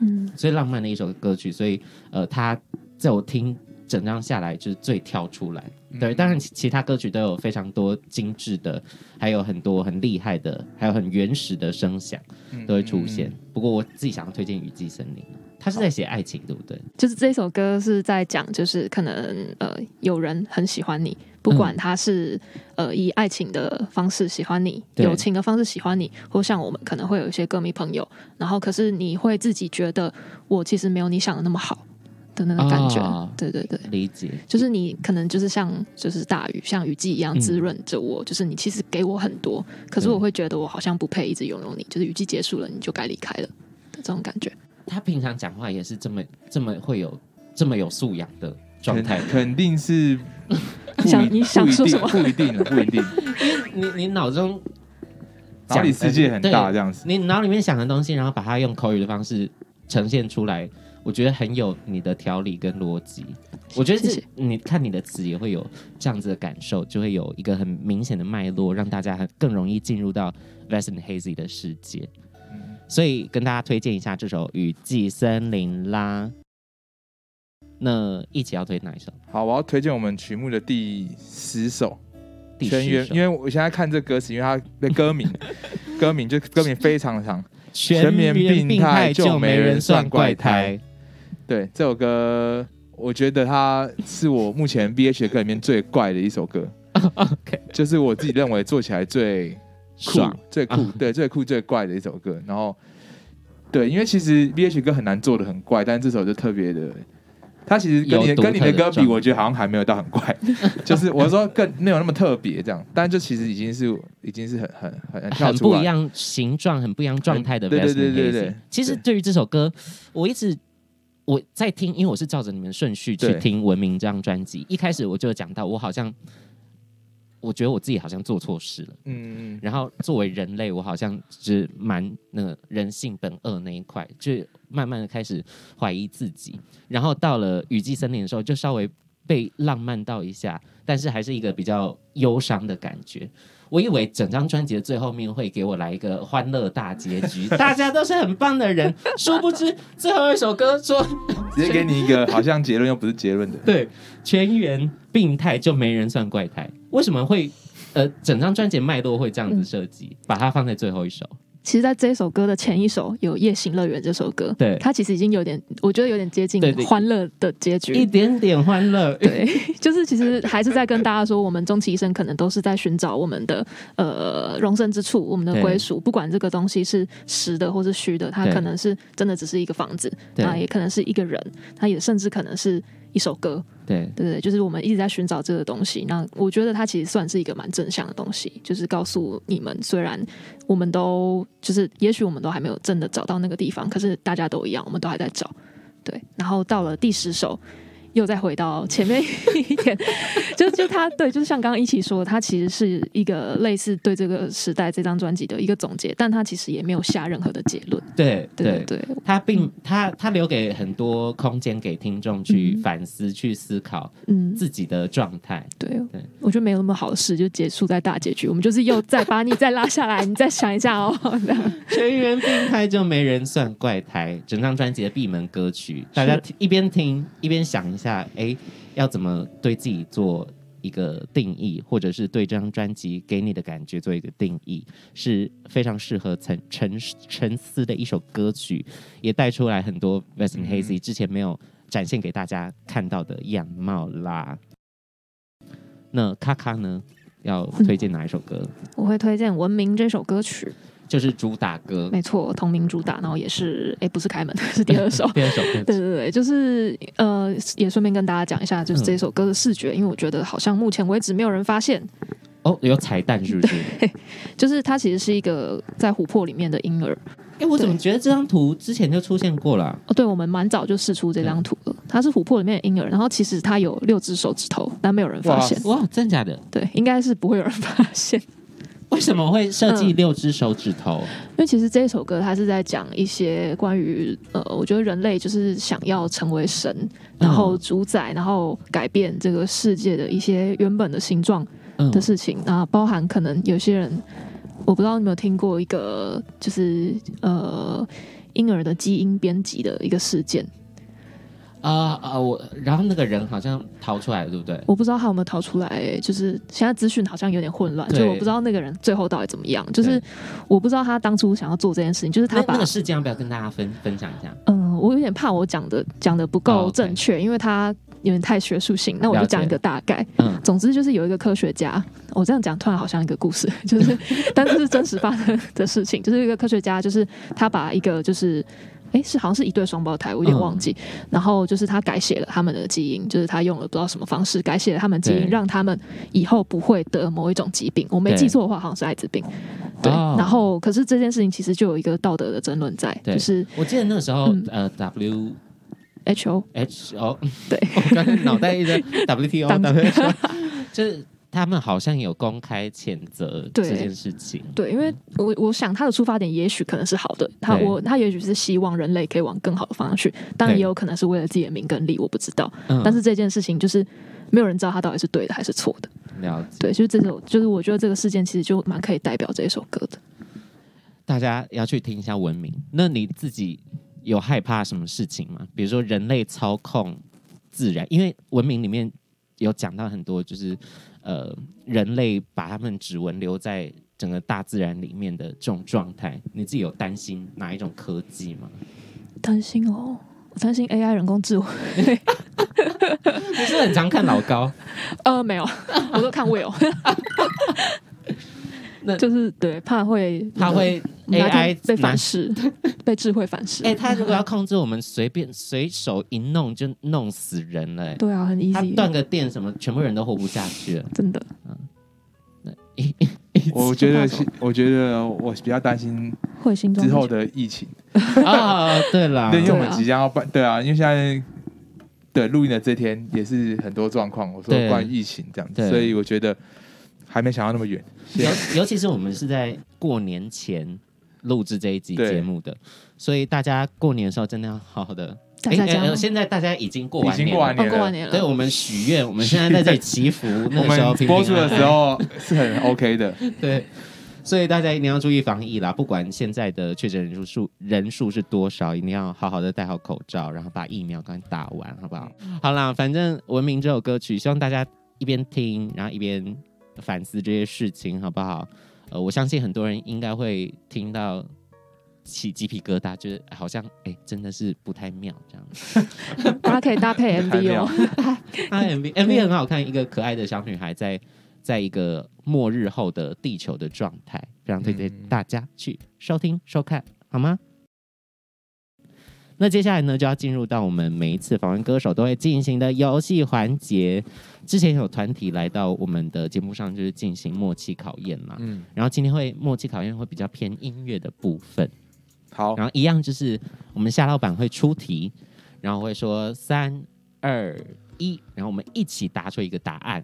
[SPEAKER 3] 嗯，
[SPEAKER 1] 最浪漫的一首歌曲，所以呃，它在我听整张下来就是最跳出来。对，当然其其他歌曲都有非常多精致的，还有很多很厉害的，还有很原始的声响
[SPEAKER 2] 然
[SPEAKER 1] 都会出
[SPEAKER 2] 嗯
[SPEAKER 1] 现。不过我自己想要推荐《雨季森林》，他是在写爱情，对不对？
[SPEAKER 3] 就是这首歌是在讲，就是可能呃有人很喜欢你，不管他是、呃以爱情的方式喜欢你，
[SPEAKER 1] 对
[SPEAKER 3] 友情的方式喜欢你，或像我们可能会有一些歌迷朋友，然后可是你会自己觉得我其实没有你想的那么好的那个感觉，
[SPEAKER 1] 啊
[SPEAKER 3] 对对对。
[SPEAKER 1] 理解，
[SPEAKER 3] 就是你可能就是像就是大雨，像雨季一样滋润着我。就是你其实给我很多，可是
[SPEAKER 1] 对
[SPEAKER 3] 我会觉得我好像不配一直拥有你。就是雨季结束了，你就该离开了的这种感觉。
[SPEAKER 1] 他平常讲话也是这么这么会有这么有素养的状态。
[SPEAKER 2] 嗯肯定是不一。
[SPEAKER 3] 想你
[SPEAKER 2] 不
[SPEAKER 3] 想
[SPEAKER 2] 一
[SPEAKER 3] 说
[SPEAKER 2] 定
[SPEAKER 3] 什么
[SPEAKER 2] 不一定了，不 一定。
[SPEAKER 1] 你 你脑中
[SPEAKER 2] 脑里世界很大，这样子。
[SPEAKER 1] 你脑里面想的东西，然后把它用口语的方式呈现出来，我觉得很有你的条理跟逻辑。我觉得
[SPEAKER 3] 谢
[SPEAKER 1] 这
[SPEAKER 3] 谢
[SPEAKER 1] 你看你的词也会有这样子的感受，就会有一个很明显的脉络，让大家很更容易进入到 v e s e n Hazy 的世界。
[SPEAKER 2] 嗯
[SPEAKER 1] 所以跟大家推荐一下这首《雨季森林》啦。那一起要推哪一首？
[SPEAKER 2] 好，我要推荐我们曲目的第十首
[SPEAKER 1] 第
[SPEAKER 2] 《
[SPEAKER 1] 十
[SPEAKER 2] 全员》，
[SPEAKER 1] 首
[SPEAKER 2] 因为我现在看这歌词，因为它的 歌名，歌名就歌名非常长。
[SPEAKER 1] 全
[SPEAKER 2] 民病
[SPEAKER 1] 病
[SPEAKER 2] 态就
[SPEAKER 1] 就
[SPEAKER 2] 没人
[SPEAKER 1] 人
[SPEAKER 2] 算怪
[SPEAKER 1] 怪
[SPEAKER 2] 胎。对，这首歌我觉得它是我目前 B H 的歌里面最怪的一首歌，
[SPEAKER 1] OK，
[SPEAKER 2] 就是我自己认为做起来最酷
[SPEAKER 1] 爽。、啊
[SPEAKER 2] 最酷、对、最酷、最怪的一首歌。然后，对，因为其实 B H 歌很难做的很怪，但这首就特别的，它其实跟你
[SPEAKER 1] 有
[SPEAKER 2] 的
[SPEAKER 1] 独特
[SPEAKER 2] 跟你的歌
[SPEAKER 1] 的
[SPEAKER 2] 比，
[SPEAKER 1] 状态
[SPEAKER 2] 我觉得好像还没有到很怪， 就是我说更没有那么特别这样，但这其实已经是已经是很很 很很跳
[SPEAKER 1] 很
[SPEAKER 2] 出
[SPEAKER 1] 不一
[SPEAKER 2] 来。
[SPEAKER 1] 样形状、很不一样状态的 v
[SPEAKER 2] 对
[SPEAKER 1] e
[SPEAKER 2] 对
[SPEAKER 1] s t i n
[SPEAKER 2] 对对
[SPEAKER 1] Hazy。
[SPEAKER 2] 对
[SPEAKER 1] 其实
[SPEAKER 2] 对
[SPEAKER 1] 对于这首歌，我一直我在听，因为我是照着你们顺序去
[SPEAKER 2] 对
[SPEAKER 1] 听《文明》这张专辑。一开始我就有讲到，我好像我觉得我自己好像做错事了。
[SPEAKER 2] 嗯，嗯
[SPEAKER 1] 然后作为人类，我好像是蛮那个人性本恶那一块，就慢慢的开始怀疑自己。然后到了雨季森林的时候，就稍微被浪漫到一下，但是还是一个比较忧伤的感觉。我以为整张专辑的最后面会给我来一个欢乐大结局，大家都是很棒的人，殊不知最后一首歌说，
[SPEAKER 2] 直接给你一个好像结论又不是结论的
[SPEAKER 1] 对，全员病态就没人算怪胎。为什么会呃整张专辑脉络会这样子设计，把它放在最后一首？
[SPEAKER 3] 其实，在这首歌的前一首有《夜行乐园》这首歌，
[SPEAKER 1] 对
[SPEAKER 3] 它其实已经有点，我觉得有点接近
[SPEAKER 1] 对对
[SPEAKER 3] 欢乐的结局。
[SPEAKER 1] 一点点欢 乐，
[SPEAKER 3] 对，就是其实还是在跟大家说，我们终其一生可能都是在寻找我们的呃容身之处，我们的
[SPEAKER 1] 对
[SPEAKER 3] 归属。不管这个东西是实的或是虚的，它
[SPEAKER 1] 对
[SPEAKER 3] 可能是真的只是一个房子，
[SPEAKER 1] 对
[SPEAKER 3] 那也可能是一个人，它也甚至可能是一首歌，
[SPEAKER 1] 对
[SPEAKER 3] 对不对？就是我们一直在寻找这个东西。那我觉得它其实算是一个蛮正向的东西，就是告诉你们，虽然我们都就是，也许我们都还没有真的找到那个地方，可是大家都一样，我们都还在找。对，然后到了第十首，又再回到前面 一点，就就他对，就是像刚刚一起说的，他其实是一个类似对这个时代这张专辑的一个总结，但他其实也没有下任何的结论。
[SPEAKER 1] 对
[SPEAKER 3] 对
[SPEAKER 1] 对
[SPEAKER 3] 对对，
[SPEAKER 1] 他并他他留给很多空间给听众去反思、去思考
[SPEAKER 3] 嗯，
[SPEAKER 1] 自己的状态。
[SPEAKER 3] 对，
[SPEAKER 1] 对
[SPEAKER 3] 我觉得没有那么好的事就结束在大结局，我们就是又再把你再拉下来，你再想一下哦。 这样
[SPEAKER 1] 全员病态就没人算怪胎，整张专辑的闭门歌曲，大家听一边听一边想一下，哎，要怎么对自己做一个定义，或者是对这张专辑给你的感觉做一个定义，是非常适合沉沉沉思的一首歌曲，也带出来很多 v e s t i n
[SPEAKER 2] 嗯
[SPEAKER 1] Hazy 之前没有展现给大家看到的样貌啦。
[SPEAKER 3] 嗯
[SPEAKER 1] 那卡卡呢，要推荐哪一首歌？
[SPEAKER 3] 我会推荐《文明》这首歌曲，
[SPEAKER 1] 就是主打歌，
[SPEAKER 3] 没错，同名主打，然后也是哎、不是开门， 是 第二首
[SPEAKER 1] 。第二首歌
[SPEAKER 3] 对对对，就是呃，也顺便跟大家讲一下，就是这首歌的视觉，因为我觉得好像目前为止没有人发现，
[SPEAKER 1] 哦，有彩蛋是不是？
[SPEAKER 3] 就是它其实是一个在琥珀里面的婴儿。
[SPEAKER 1] 哎、我怎么觉得这张图之前就出现过了啊、
[SPEAKER 3] 哦，对，我们蛮早就试出这张图了，它是琥珀里面的婴儿，然后其实它有六只手指头，但没有人发
[SPEAKER 2] 哇
[SPEAKER 3] 现。
[SPEAKER 1] 哇，真假的？
[SPEAKER 3] 对，应该是不会有人发现。
[SPEAKER 1] 为什么会设
[SPEAKER 3] 嗯
[SPEAKER 1] 计六只手指头？
[SPEAKER 3] 因为其实这一首歌它是在讲一些关于呃，我觉得人类就是想要成为神，然后主宰，然后改变这个世界的一些原本的形状
[SPEAKER 1] 嗯
[SPEAKER 3] 的事情啊，包含可能有些人，我不知道你有没有听过一个就是呃婴儿的基因编辑的一个事件，
[SPEAKER 1] 啊啊、我然后那个人好像逃出来了，对不对？
[SPEAKER 3] 我不知道他有没有逃出来、就是现在资讯好像有点混乱，
[SPEAKER 1] 对
[SPEAKER 3] 所以我不知道那个人最后到底怎么样，就是
[SPEAKER 1] 对
[SPEAKER 3] 我不知道他当初想要做这件事情，就是他
[SPEAKER 1] 那
[SPEAKER 3] 把
[SPEAKER 1] 那个事件要不要跟大家分分享一下？
[SPEAKER 3] 嗯，我有点怕我讲的讲的不
[SPEAKER 1] 哦
[SPEAKER 3] 够
[SPEAKER 1] ，OK
[SPEAKER 3] 正确因为它有点太学术性。那我就
[SPEAKER 1] 了解
[SPEAKER 3] 讲一个大概。
[SPEAKER 1] 嗯，
[SPEAKER 3] 总之就是有一个科学家，我这样讲突然好像一个故事， 就是但是是真实发生的事情，就是有一个科学家，就是他把一个就是。诶，是好像是一对双胞胎，我有点
[SPEAKER 1] 嗯
[SPEAKER 3] 忘记。然后就是他改写了他们的基因，就是他用了不知道什么方式改写了他们基
[SPEAKER 1] 对
[SPEAKER 3] 因，让他们以后不会得某一种疾病。我没
[SPEAKER 1] 对
[SPEAKER 3] 记错的话，好像是艾滋病。对。
[SPEAKER 1] 哦
[SPEAKER 3] 然后，可是这件事情其实就有一个道德的争论在，
[SPEAKER 1] 对
[SPEAKER 3] 就是
[SPEAKER 1] 我记得那个时候，
[SPEAKER 3] 嗯
[SPEAKER 1] 呃，W
[SPEAKER 3] H O
[SPEAKER 1] H O，
[SPEAKER 3] 对
[SPEAKER 1] 我刚才脑袋一直 W T O
[SPEAKER 3] 当
[SPEAKER 1] W H O，就是 他们好像有公开谴责这
[SPEAKER 3] 对
[SPEAKER 1] 件事情。
[SPEAKER 3] 对，因为我我想他的出发点也许可能是好的，他
[SPEAKER 1] 嗯对
[SPEAKER 3] 我他也许是希望人类可以往更好的方向去，当然
[SPEAKER 1] 对
[SPEAKER 3] 也有可能是为了自己的名跟利，我不知道。
[SPEAKER 1] 嗯
[SPEAKER 3] 但是这件事情就是没有人知道他到底是对的还是错的。
[SPEAKER 1] 了解，
[SPEAKER 3] 对，就是这首，就是我觉得这个事件其实就蛮可以代表这一首歌的。
[SPEAKER 1] 大家要去听一下文明。那你自己有害怕什么事情吗？比如说人类操控自然，因为文明里面有讲到很多，就是呃，人类把他们指纹留在整个大自然里面的这种状态，你自己有担心哪一种科技吗？
[SPEAKER 3] 担心哦，我担心 AI 人工智慧。
[SPEAKER 1] 你是很常看老高，
[SPEAKER 3] 呃，没有， 我都看 Will，
[SPEAKER 1] 那
[SPEAKER 3] 就是对，怕会
[SPEAKER 1] 他会
[SPEAKER 3] 哪天
[SPEAKER 1] AI
[SPEAKER 3] 被
[SPEAKER 1] 拿
[SPEAKER 3] 反噬，被智慧反噬。
[SPEAKER 1] 哎、他如果要控制我们，随便随手一弄就弄死人了、哎
[SPEAKER 3] 对啊，很
[SPEAKER 1] 他
[SPEAKER 3] easy，
[SPEAKER 1] 断个电什么，全部人都活不下去了。
[SPEAKER 3] 真的。
[SPEAKER 2] 我觉得
[SPEAKER 3] 是，
[SPEAKER 2] 我觉得我比较担心
[SPEAKER 3] 会心中
[SPEAKER 2] 之后的疫情，
[SPEAKER 1] 啊、对啦，
[SPEAKER 2] 对，因为我
[SPEAKER 3] 对
[SPEAKER 2] 们
[SPEAKER 3] 啊
[SPEAKER 2] 即将要办，对啊，因为现在对录音的这天也是很多状况，我说
[SPEAKER 1] 对
[SPEAKER 2] 关于疫情这样子，
[SPEAKER 1] 对
[SPEAKER 2] 所以我觉得还没想到那么远。
[SPEAKER 1] 尤尤其是我们是在过年前录制这一集节目的，所以大家过年的时候真的要好好的。
[SPEAKER 3] 待在
[SPEAKER 1] 诶
[SPEAKER 3] 家
[SPEAKER 1] 呃
[SPEAKER 3] 吗
[SPEAKER 1] 现在大家已经过
[SPEAKER 2] 已
[SPEAKER 1] 完
[SPEAKER 2] 经
[SPEAKER 1] 年
[SPEAKER 2] 过
[SPEAKER 1] 了，
[SPEAKER 2] 完
[SPEAKER 3] 哦，
[SPEAKER 2] 年
[SPEAKER 3] 过完
[SPEAKER 2] 了，
[SPEAKER 3] 年了，
[SPEAKER 1] 对，我们许愿，我们现在在这里祈 福，那
[SPEAKER 2] 我
[SPEAKER 1] 个时候
[SPEAKER 2] 们
[SPEAKER 1] 平平安
[SPEAKER 2] 播
[SPEAKER 1] 安
[SPEAKER 2] 出的时，候是很 OK 的，
[SPEAKER 1] 对，所以大家一定要注意防疫啦，不管现在的确诊人数数人数是多少，一定要好好的戴好口罩，然后把疫苗赶快打完，好不好？好啦，反正《文明》这首歌曲，希望大家一边听，然后一边反思这些事情，好不好？呃，我相信很多人应该会听到起鸡皮疙瘩，就是好像哎、真的是不太妙这样子。
[SPEAKER 3] 大家可以搭配
[SPEAKER 2] 还没
[SPEAKER 3] MV
[SPEAKER 2] 有
[SPEAKER 3] 哦。
[SPEAKER 1] 啊 MV MV 很好看，一个可爱的小女孩在在一个末日后的地球的状态，非常推荐
[SPEAKER 2] 嗯
[SPEAKER 1] 大家去收听收看，好吗？那接下来呢，就要进入到我们每一次访问歌手都会进行的游戏环节。之前有团体来到我们的节目上，就是进行默契考验嘛。
[SPEAKER 2] 嗯，
[SPEAKER 1] 然后今天会默契考验会比较偏音乐的部分，
[SPEAKER 2] 好，
[SPEAKER 1] 然后一样就是我们夏老板会出题，然后会说三二一，然后我们一起答出一个答案。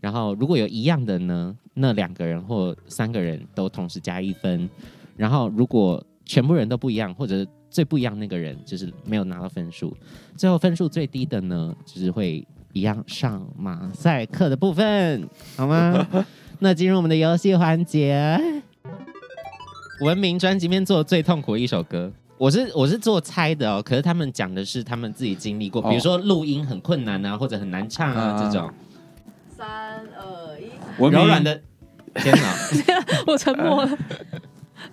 [SPEAKER 1] 然后如果有一样的呢，那两个人或三个人都同时加一分。然后如果全部人都不一样，或者最不一样那个人就是没有拿到分数，最后分数最低的呢，就是会一样上马赛克的部分，好吗？ 那进入我们的游戏环节。文明专辑里面做的最痛苦的一首歌，我是我是做猜的哦，可是他们讲的是他们自己经历过，
[SPEAKER 2] 哦
[SPEAKER 1] 比如说录音很困难啊，或者很难唱啊
[SPEAKER 2] 啊
[SPEAKER 1] 这种
[SPEAKER 5] 三二一，
[SPEAKER 2] 文明
[SPEAKER 1] 柔软的煎脑，
[SPEAKER 3] 我沉默了。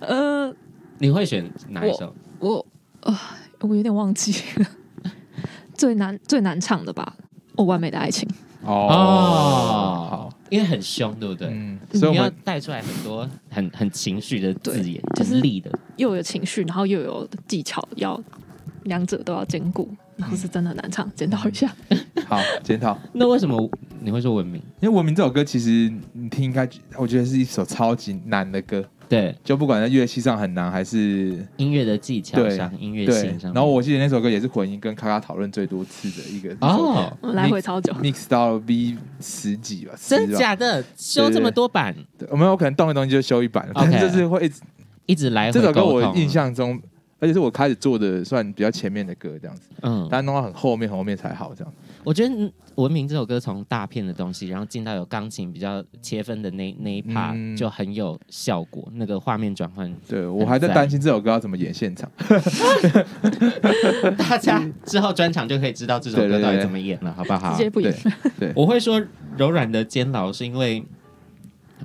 [SPEAKER 3] 呃，
[SPEAKER 1] 你会选哪一首？
[SPEAKER 3] 我呃，我有点忘记 了，哦最难最难唱的吧，《我完美的爱情》。
[SPEAKER 2] 哦，
[SPEAKER 1] 哦
[SPEAKER 2] 好，
[SPEAKER 1] 因为很凶，对不对？
[SPEAKER 2] 嗯，
[SPEAKER 3] 嗯
[SPEAKER 2] 所以
[SPEAKER 1] 你
[SPEAKER 2] 我
[SPEAKER 1] 要
[SPEAKER 2] 们
[SPEAKER 1] 带出来很多很很情绪的字眼，
[SPEAKER 3] 对就是
[SPEAKER 1] 很力的。
[SPEAKER 3] 又有情绪，然后又有技巧，要两者都要兼顾，然后是真的很难唱，检讨一下。
[SPEAKER 2] 好检讨，
[SPEAKER 1] 那为什么你会说文明？
[SPEAKER 2] 因为《文明》这首歌其实你听应该，我觉得是一首超级难的歌，
[SPEAKER 1] 对
[SPEAKER 2] 就不管在乐器上很难，还是
[SPEAKER 1] 音乐的技巧
[SPEAKER 2] 对
[SPEAKER 1] 上，音乐
[SPEAKER 2] 对
[SPEAKER 1] 性。上面，
[SPEAKER 2] 然后我记得那首歌也是混音跟卡卡讨论最多次的一个
[SPEAKER 1] 哦，
[SPEAKER 3] 我们来回超久，
[SPEAKER 2] mix 到 V 十几吧，
[SPEAKER 1] 真
[SPEAKER 2] 10吧？
[SPEAKER 1] 假的修这么多版，
[SPEAKER 2] 对我们有可能动一动就修一版，
[SPEAKER 1] OK
[SPEAKER 2] 但是就是会一直
[SPEAKER 1] 一直来回
[SPEAKER 2] 这首歌
[SPEAKER 1] 沟通啊
[SPEAKER 2] 我印，象中，而且是我开始做的算比较前面的歌这样子，
[SPEAKER 1] 嗯，
[SPEAKER 2] 但弄到很后面很后面才好这样。
[SPEAKER 1] 我觉得《文明》这首歌从大片的东西，然后进到有钢琴比较切分的那那一 part，、
[SPEAKER 2] 嗯
[SPEAKER 1] 就很有效果，那个画面转 换，
[SPEAKER 2] 对我还在担心这首歌要怎么演 现场，
[SPEAKER 1] 大家之后专场就可以知道这首
[SPEAKER 2] 对对
[SPEAKER 1] 歌
[SPEAKER 2] 对
[SPEAKER 1] 到底怎么演了，好不好
[SPEAKER 3] 直？接不演
[SPEAKER 2] 对。
[SPEAKER 1] 我会说柔软的监牢，是因为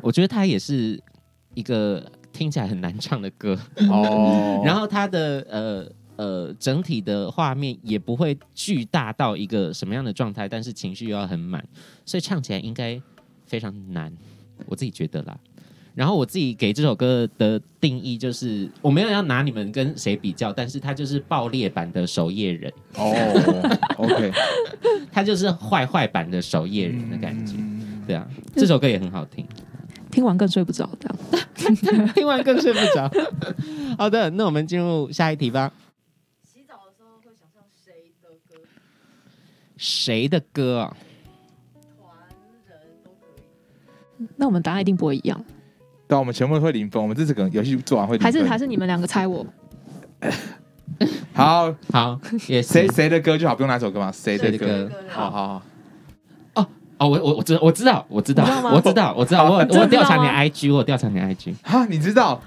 [SPEAKER 1] 我觉得它也是一个听起来很难唱的歌，
[SPEAKER 2] 哦
[SPEAKER 1] 然后它的呃。呃，整体的画面也不会巨大到一个什么样的状态，但是情绪又要很满，所以唱起来应该非常难，我自己觉得啦。然后我自己给这首歌的定义就是，我没有要拿你们跟谁比较，但是它就是爆裂版的守夜人，
[SPEAKER 2] 哦，OK，
[SPEAKER 1] 它就是坏坏版的守夜人的感觉。
[SPEAKER 2] 嗯
[SPEAKER 1] 对啊，这首歌也很好 听，
[SPEAKER 3] 听完更睡不着，这样。
[SPEAKER 1] 听完更睡不着。好的，那我们进入下一题吧。
[SPEAKER 5] 洗澡的时候会想唱谁的歌？
[SPEAKER 1] 谁的歌啊？
[SPEAKER 5] 团人都可以。
[SPEAKER 3] 那我们答案一定不会一样，
[SPEAKER 2] 但我们全部会零分，我们这次可能游戏做完会零
[SPEAKER 3] 还是
[SPEAKER 2] 分
[SPEAKER 3] 还是你们两个猜我？
[SPEAKER 2] 好，
[SPEAKER 1] 好，也是
[SPEAKER 2] 谁谁的歌就好，不用哪首歌嘛，谁
[SPEAKER 1] 谁
[SPEAKER 2] 的
[SPEAKER 1] 的
[SPEAKER 2] 歌，
[SPEAKER 1] 歌
[SPEAKER 2] 好好好，
[SPEAKER 1] 哦，我我我知我知道我知道
[SPEAKER 3] 你知道吗哦
[SPEAKER 1] 我知道我知道我
[SPEAKER 3] 真的
[SPEAKER 1] 我调查
[SPEAKER 3] 知道
[SPEAKER 1] 你
[SPEAKER 3] 吗
[SPEAKER 1] IG，我调查你 IG，
[SPEAKER 2] 哈，你知道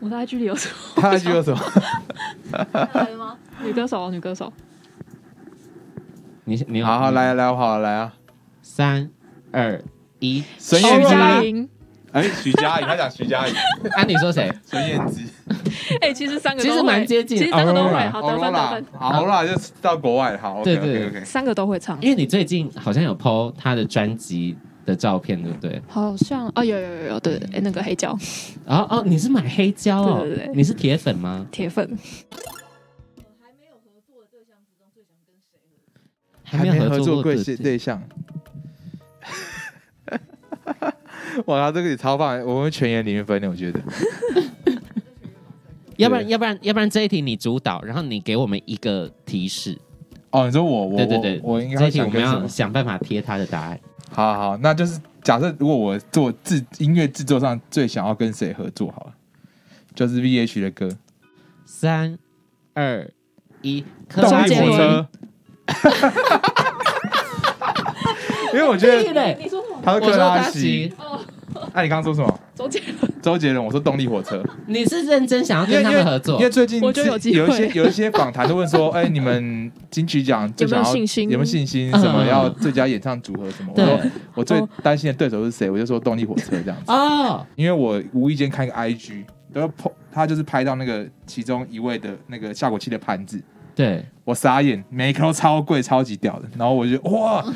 [SPEAKER 3] 我的 IG 里有 什么？
[SPEAKER 2] 他的句有 什么？
[SPEAKER 5] 那来吗？
[SPEAKER 3] 女歌手，女歌手，
[SPEAKER 1] 你你有
[SPEAKER 2] 好好来啊来啊，好啊来啊，
[SPEAKER 1] 三二一，
[SPEAKER 2] 孙
[SPEAKER 3] 徐
[SPEAKER 2] 燕姿
[SPEAKER 3] 佳
[SPEAKER 2] 啊，
[SPEAKER 3] 莹。
[SPEAKER 2] 哎，徐佳莹，他讲徐佳莹，
[SPEAKER 1] 啊你说谁？
[SPEAKER 2] 孙燕姿，
[SPEAKER 3] 哎，其实三个
[SPEAKER 1] 其
[SPEAKER 3] 都
[SPEAKER 1] 实
[SPEAKER 3] 会
[SPEAKER 1] 蛮接近
[SPEAKER 3] 其实三个都会。
[SPEAKER 1] Aurora
[SPEAKER 3] 好，得分得
[SPEAKER 2] Aurora，
[SPEAKER 3] 分，
[SPEAKER 2] 好 Aurora 就是到国外了，好
[SPEAKER 1] 对
[SPEAKER 2] ，OK
[SPEAKER 1] 对
[SPEAKER 2] OK OK，
[SPEAKER 3] 三个都会唱。
[SPEAKER 1] 因为你最近好像有 PO 他的专辑的照片，对不对？
[SPEAKER 3] 好像哦，有有有有，对，哎，那个黑胶
[SPEAKER 1] 哦哦，你是买黑胶哦
[SPEAKER 3] 对对对，
[SPEAKER 1] 你是铁粉吗？
[SPEAKER 3] 铁粉，
[SPEAKER 5] 还没有合作的对象之中，最想跟谁合作？
[SPEAKER 1] 还没有合作过
[SPEAKER 2] 贵
[SPEAKER 1] 的
[SPEAKER 2] 些对象。 哇，这个也超棒！我们全员零分的，我觉得。
[SPEAKER 1] 要不然，要不然，要不然这一题你主导，然后你给我们一个提示。
[SPEAKER 2] 哦，你说我我
[SPEAKER 1] 对对对，
[SPEAKER 2] 我我应该
[SPEAKER 1] 这
[SPEAKER 2] 会
[SPEAKER 1] 一题
[SPEAKER 2] 想
[SPEAKER 1] 我们
[SPEAKER 2] 跟什
[SPEAKER 1] 要
[SPEAKER 2] 么？
[SPEAKER 1] 想办法贴他的答案。
[SPEAKER 2] 好好，那就是假设如果我做制音乐制作上最想要跟谁合作好了，就是 V H 的歌《
[SPEAKER 1] 三二一，柯
[SPEAKER 2] 动
[SPEAKER 1] 佳
[SPEAKER 2] 力
[SPEAKER 3] 杰
[SPEAKER 2] 火
[SPEAKER 3] 伦
[SPEAKER 1] 伦。
[SPEAKER 2] 车》， 因为我觉得
[SPEAKER 1] 嘞，
[SPEAKER 3] 你说什么？
[SPEAKER 2] 他是
[SPEAKER 1] 我
[SPEAKER 2] 克
[SPEAKER 1] 说
[SPEAKER 2] 拉
[SPEAKER 1] 他
[SPEAKER 2] 西
[SPEAKER 1] 急。，
[SPEAKER 2] 哎，你刚刚说什么？
[SPEAKER 3] 周杰伦，
[SPEAKER 2] 周杰伦，我说动力火车，
[SPEAKER 1] 你是认真想要
[SPEAKER 2] 因
[SPEAKER 1] 跟
[SPEAKER 2] 为
[SPEAKER 1] 他
[SPEAKER 2] 因
[SPEAKER 1] 们
[SPEAKER 2] 为
[SPEAKER 1] 合作
[SPEAKER 2] 因为？最近
[SPEAKER 3] 我觉得有
[SPEAKER 2] 是
[SPEAKER 3] 机会
[SPEAKER 2] 有一些有一些访谈都问说，哎，你们金曲奖最想要
[SPEAKER 3] 有没有信心
[SPEAKER 2] 有没有信心？
[SPEAKER 1] 嗯
[SPEAKER 2] 什么要最佳演唱组合什么？我
[SPEAKER 1] 对
[SPEAKER 2] 说我最担心的对手是谁？我就说动力火车这样子，
[SPEAKER 1] 哦，
[SPEAKER 2] 因为我无意间看一个 IG，然后碰他就是拍到那个其中一位的那个效果器的盘子。
[SPEAKER 1] 对，
[SPEAKER 2] 我傻眼，每一个都超贵、超级屌的，然后我就哇
[SPEAKER 3] 嗯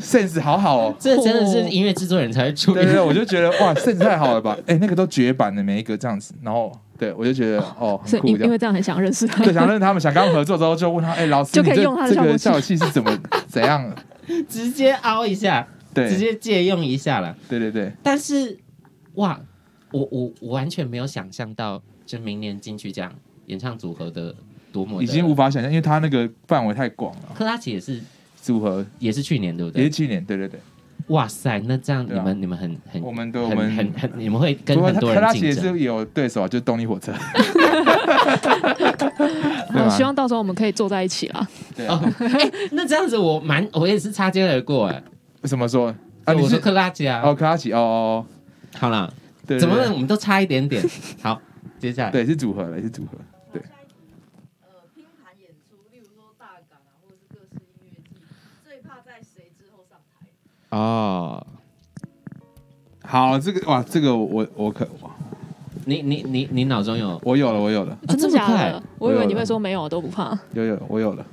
[SPEAKER 2] ，sense 好好哦，
[SPEAKER 1] 这真的是音乐制作人才会出
[SPEAKER 2] 对对对，
[SPEAKER 1] 现。
[SPEAKER 2] 我就觉得哇，sense 太好了吧，哎、那个都绝版的每一个这样子，然后对我就觉得哦，
[SPEAKER 3] 所
[SPEAKER 2] 很酷
[SPEAKER 3] 以因
[SPEAKER 2] 这
[SPEAKER 3] 因
[SPEAKER 2] 样
[SPEAKER 3] 为。这样很想认识他，
[SPEAKER 2] 对，想认识他们，想跟他们合作之后，就问他，哎、老师，
[SPEAKER 3] 就
[SPEAKER 2] 你
[SPEAKER 3] 可以
[SPEAKER 2] 这
[SPEAKER 3] 用他的
[SPEAKER 2] 这
[SPEAKER 3] 效果
[SPEAKER 2] 个
[SPEAKER 3] 器
[SPEAKER 2] 效果器是怎么怎 样？
[SPEAKER 1] 直接凹一下，
[SPEAKER 2] 对，
[SPEAKER 1] 直接借用一下了。
[SPEAKER 2] 对对对，
[SPEAKER 1] 但是，哇，我我我完全没有想象到，就明年金曲奖演唱组合的多么的
[SPEAKER 2] 已经无法想象，因为他那个范围太广了，
[SPEAKER 1] 克拉奇也是
[SPEAKER 2] 组合
[SPEAKER 1] 也是去年对不
[SPEAKER 2] 也是
[SPEAKER 1] 对？
[SPEAKER 2] 去年，对对对，
[SPEAKER 1] 哇塞，那这样你
[SPEAKER 2] 对啊
[SPEAKER 1] 们、你们很很
[SPEAKER 2] 我们对我
[SPEAKER 1] 很
[SPEAKER 2] 们
[SPEAKER 1] 很很你们会
[SPEAKER 2] 不
[SPEAKER 1] 跟
[SPEAKER 2] 过
[SPEAKER 1] 很
[SPEAKER 2] 他
[SPEAKER 1] 多
[SPEAKER 2] 克拉
[SPEAKER 1] 人
[SPEAKER 2] 奇也
[SPEAKER 1] 竞争。
[SPEAKER 2] 是有对手啊，就是动力火车，对
[SPEAKER 3] 好
[SPEAKER 2] 吧
[SPEAKER 3] 希望到时候我们可以坐在一起啦。
[SPEAKER 2] 对
[SPEAKER 1] 哦
[SPEAKER 2] 啊，，
[SPEAKER 1] 哎那这样子我蛮我也是擦肩而过哎、
[SPEAKER 2] 怎么说啊？你
[SPEAKER 1] 我
[SPEAKER 2] 是
[SPEAKER 1] 说克拉奇啊，
[SPEAKER 2] 哦，克拉奇哦哦，哦
[SPEAKER 1] 好啦，
[SPEAKER 2] 对，对
[SPEAKER 1] 怎么
[SPEAKER 2] 对
[SPEAKER 1] 了？我们都差一点 点。好，接下来
[SPEAKER 2] 对，是组合了，也是组合。对
[SPEAKER 5] 好，下一题，呃，拼盘演出，例如说大港啊，或者是各式音乐季，最怕在谁之后上台？
[SPEAKER 1] 哦，
[SPEAKER 2] 好，这个哇，这个我我可哇
[SPEAKER 1] 你你你你脑中有
[SPEAKER 2] 我有了，我有了，
[SPEAKER 1] 啊
[SPEAKER 3] 真的
[SPEAKER 1] 这么
[SPEAKER 3] 假
[SPEAKER 1] 快
[SPEAKER 3] 的？我以为你会说没有，都不怕。
[SPEAKER 2] 有有我有了。